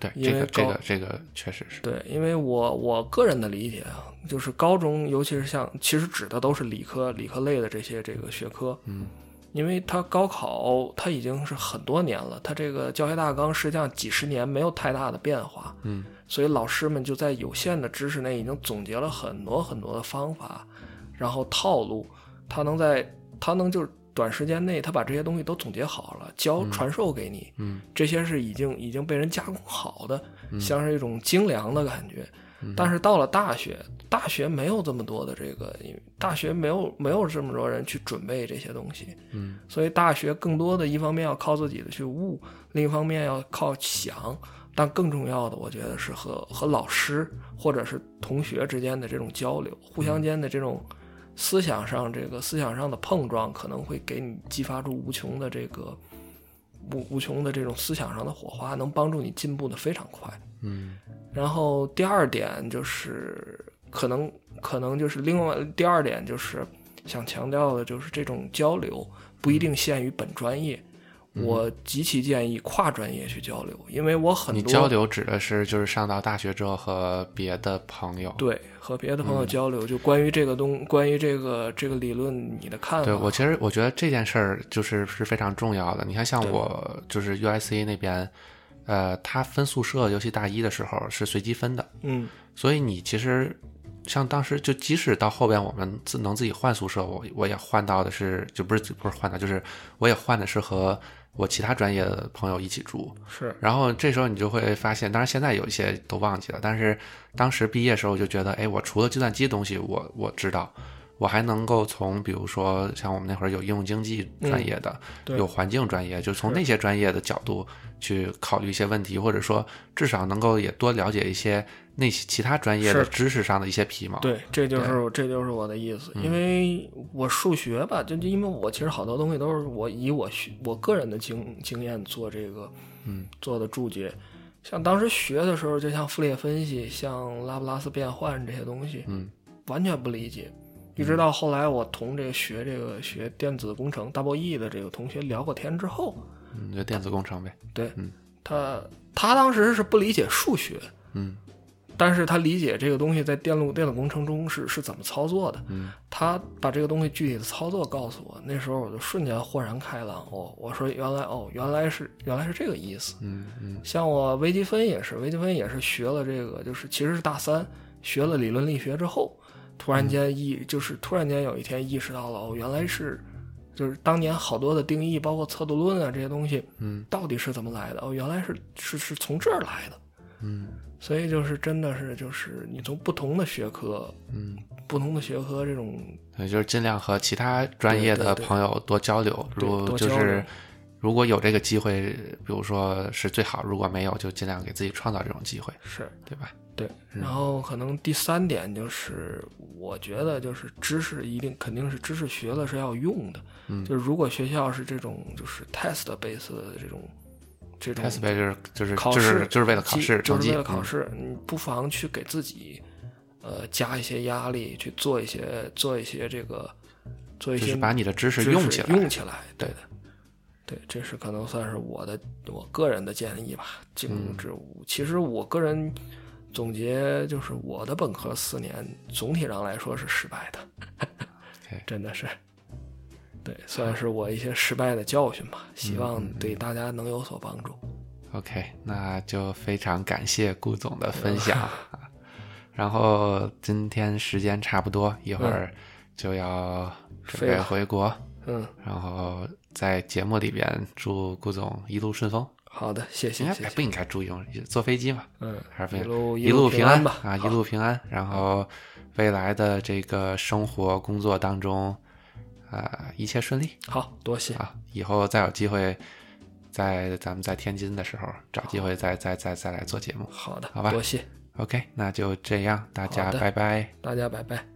[SPEAKER 1] 对，
[SPEAKER 2] 因
[SPEAKER 1] 这
[SPEAKER 2] 为
[SPEAKER 1] 个这
[SPEAKER 2] 高
[SPEAKER 1] 个这个确实是。
[SPEAKER 2] 对，因为我我个人的理解啊，就是高中，尤其是像其实指的都是理科理科类的这些这个学科，
[SPEAKER 1] 嗯
[SPEAKER 2] 因为它高考它已经是很多年了，它这个教学大纲实际上几十年没有太大的变化，
[SPEAKER 1] 嗯
[SPEAKER 2] 所以老师们就在有限的知识内已经总结了很多很多的方法，然后套路，他能在他能就是短时间内他把这些东西都总结好了，教传授给你，
[SPEAKER 1] 嗯
[SPEAKER 2] 这些是已经已经被人加工好的，像是一种精良的感觉。但是到了大学，大学没有这么多的这个，因为大学没有没有这么多人去准备这些东西，
[SPEAKER 1] 嗯
[SPEAKER 2] 所以大学更多的一方面要靠自己的去悟，另一方面要靠想。但更重要的，我觉得是和和老师或者是同学之间的这种交流，互相间的这种思想上这个思想上的碰撞，可能会给你激发出无穷的这个无无穷的这种思想上的火花，能帮助你进步的非常快。
[SPEAKER 1] 嗯
[SPEAKER 2] 然后第二点就是，可能可能就是另外第二点就是想强调的，就是这种交流不一
[SPEAKER 1] 嗯
[SPEAKER 2] 定限于本专业。我极其建议跨专业去交流，因为我很
[SPEAKER 1] 你
[SPEAKER 2] 多
[SPEAKER 1] 交流指的是就是上到大学之后和别的朋友。
[SPEAKER 2] 对和别的朋
[SPEAKER 1] 嗯
[SPEAKER 2] 友交流，就关于这个东，关于这个这个理论你的看法。
[SPEAKER 1] 对我其实我觉得这件事儿就是是非常重要的。你看，像我就是 USC 那边，呃，他分宿舍，尤其大一的时候是随机分的，
[SPEAKER 2] 嗯
[SPEAKER 1] 所以你其实像当时就即使到后边我们自能自己换宿舍，我我也换到的是就不是不是换到，就是我也换的是和我其他专业的朋友一起住。
[SPEAKER 2] 是
[SPEAKER 1] 然后这时候你就会发现，当然现在有一些都忘记了，但是当时毕业时候就觉得，哎，我除了计算机东西我我知道，我还能够从比如说像我们那会儿有应用经济专业的，
[SPEAKER 2] 嗯对
[SPEAKER 1] 有环境专业，就从那些专业的角度去考虑一些问题，或者说至少能够也多了解一些那些其他专业的
[SPEAKER 2] 是
[SPEAKER 1] 知识上的一些皮毛。
[SPEAKER 2] 对，这就是这就是我的意思，因
[SPEAKER 1] 嗯
[SPEAKER 2] 为我数学吧，就就因为我其实好多东西都是我以我学我个人的经经验做这个，
[SPEAKER 1] 嗯，
[SPEAKER 2] 做的注解。像当时学的时候，就像傅立叶分析、像拉普拉斯变换这些东西，
[SPEAKER 1] 嗯，
[SPEAKER 2] 完全不理解。一直到后来我同这个学这个学电子工程大博弈的这个同学聊过天之后，
[SPEAKER 1] 嗯，就电子工程呗。
[SPEAKER 2] 对，
[SPEAKER 1] 嗯
[SPEAKER 2] 他他当时是不理解数学，
[SPEAKER 1] 嗯
[SPEAKER 2] 但是他理解这个东西在电路电子工程中是是怎么操作的，
[SPEAKER 1] 嗯
[SPEAKER 2] 他把这个东西具体的操作告诉我，那时候我就瞬间豁然开朗。哦，我说原来哦，原来是原来是这个意思。
[SPEAKER 1] 嗯嗯
[SPEAKER 2] 像我微积分也是，微积分也是学了这个，就是其实是大三学了理论力学之后，突然间意、就是突然间有一天意识到了，哦，原来是就是当年好多的定义，包括测度论啊这些东西
[SPEAKER 1] 嗯
[SPEAKER 2] 到底是怎么来的，哦，原来是是是从这儿来的。
[SPEAKER 1] 嗯
[SPEAKER 2] 所以就是真的是就是你从不同的学科，
[SPEAKER 1] 嗯，
[SPEAKER 2] 不同的学科这种
[SPEAKER 1] 也就是尽量和其他专业的
[SPEAKER 2] 对对对
[SPEAKER 1] 朋友多交流。
[SPEAKER 2] 对
[SPEAKER 1] 如
[SPEAKER 2] 多
[SPEAKER 1] 就
[SPEAKER 2] 交
[SPEAKER 1] 是
[SPEAKER 2] 流
[SPEAKER 1] 如果有这个机会，比如说是最好；如果没有，就尽量给自己创造这种机会，
[SPEAKER 2] 是
[SPEAKER 1] 对吧？
[SPEAKER 2] 对。
[SPEAKER 1] 嗯
[SPEAKER 2] 然后可能第三点就是，我觉得就是知识一定肯定是知识学了是要用的，
[SPEAKER 1] 嗯
[SPEAKER 2] 就是如果学校是这种就是 test base 的这种这种
[SPEAKER 1] test b a 就是就是
[SPEAKER 2] 考
[SPEAKER 1] 就
[SPEAKER 2] 试
[SPEAKER 1] 是就是为了考
[SPEAKER 2] 基
[SPEAKER 1] 试
[SPEAKER 2] 就
[SPEAKER 1] 成
[SPEAKER 2] 是
[SPEAKER 1] 绩，
[SPEAKER 2] 为了考
[SPEAKER 1] 嗯
[SPEAKER 2] 试，你不妨去给自己呃加一些压力，去做一些做一些这个做一
[SPEAKER 1] 就
[SPEAKER 2] 些
[SPEAKER 1] 是把你的知识
[SPEAKER 2] 知识
[SPEAKER 1] 用起来。
[SPEAKER 2] 用起来，对的。对，这是可能算是我的我个人的建议吧。进
[SPEAKER 1] 嗯
[SPEAKER 2] 入之舞，其实我个人总结就是我的本科四年总体上来说是失败的
[SPEAKER 1] OK
[SPEAKER 2] 真的是，对，算是我一些失败的教训吧，
[SPEAKER 1] 嗯
[SPEAKER 2] 希望对大家能有所帮助。
[SPEAKER 1] OK，那就非常感谢顾总的分享啊。 然后今天时间差不多，一会儿就要准
[SPEAKER 2] 飞
[SPEAKER 1] 备
[SPEAKER 2] 了
[SPEAKER 1] 回国，
[SPEAKER 2] 嗯，
[SPEAKER 1] 然后在节目里边祝顾总一路顺风。
[SPEAKER 2] 好的，谢
[SPEAKER 1] 应
[SPEAKER 2] 谢，
[SPEAKER 1] 该
[SPEAKER 2] 谢
[SPEAKER 1] 哎不
[SPEAKER 2] 谢。
[SPEAKER 1] 应该注意用坐飞机嘛，
[SPEAKER 2] 嗯，
[SPEAKER 1] 还是
[SPEAKER 2] 一
[SPEAKER 1] 不
[SPEAKER 2] 路
[SPEAKER 1] 一
[SPEAKER 2] 路
[SPEAKER 1] 平
[SPEAKER 2] 安
[SPEAKER 1] 吧
[SPEAKER 2] 吧，
[SPEAKER 1] 啊，一
[SPEAKER 2] 好
[SPEAKER 1] 路平安。然后未来的这个生活工作当中，啊，一切顺利
[SPEAKER 2] 好多谢，
[SPEAKER 1] 啊！以后再有机会，在咱们在天津的时候找机会再再再再来做节目。
[SPEAKER 2] 好的，
[SPEAKER 1] 好吧
[SPEAKER 2] 多谢
[SPEAKER 1] OK，那就这样，大家
[SPEAKER 2] 好的
[SPEAKER 1] 拜拜。
[SPEAKER 2] 大家，拜拜。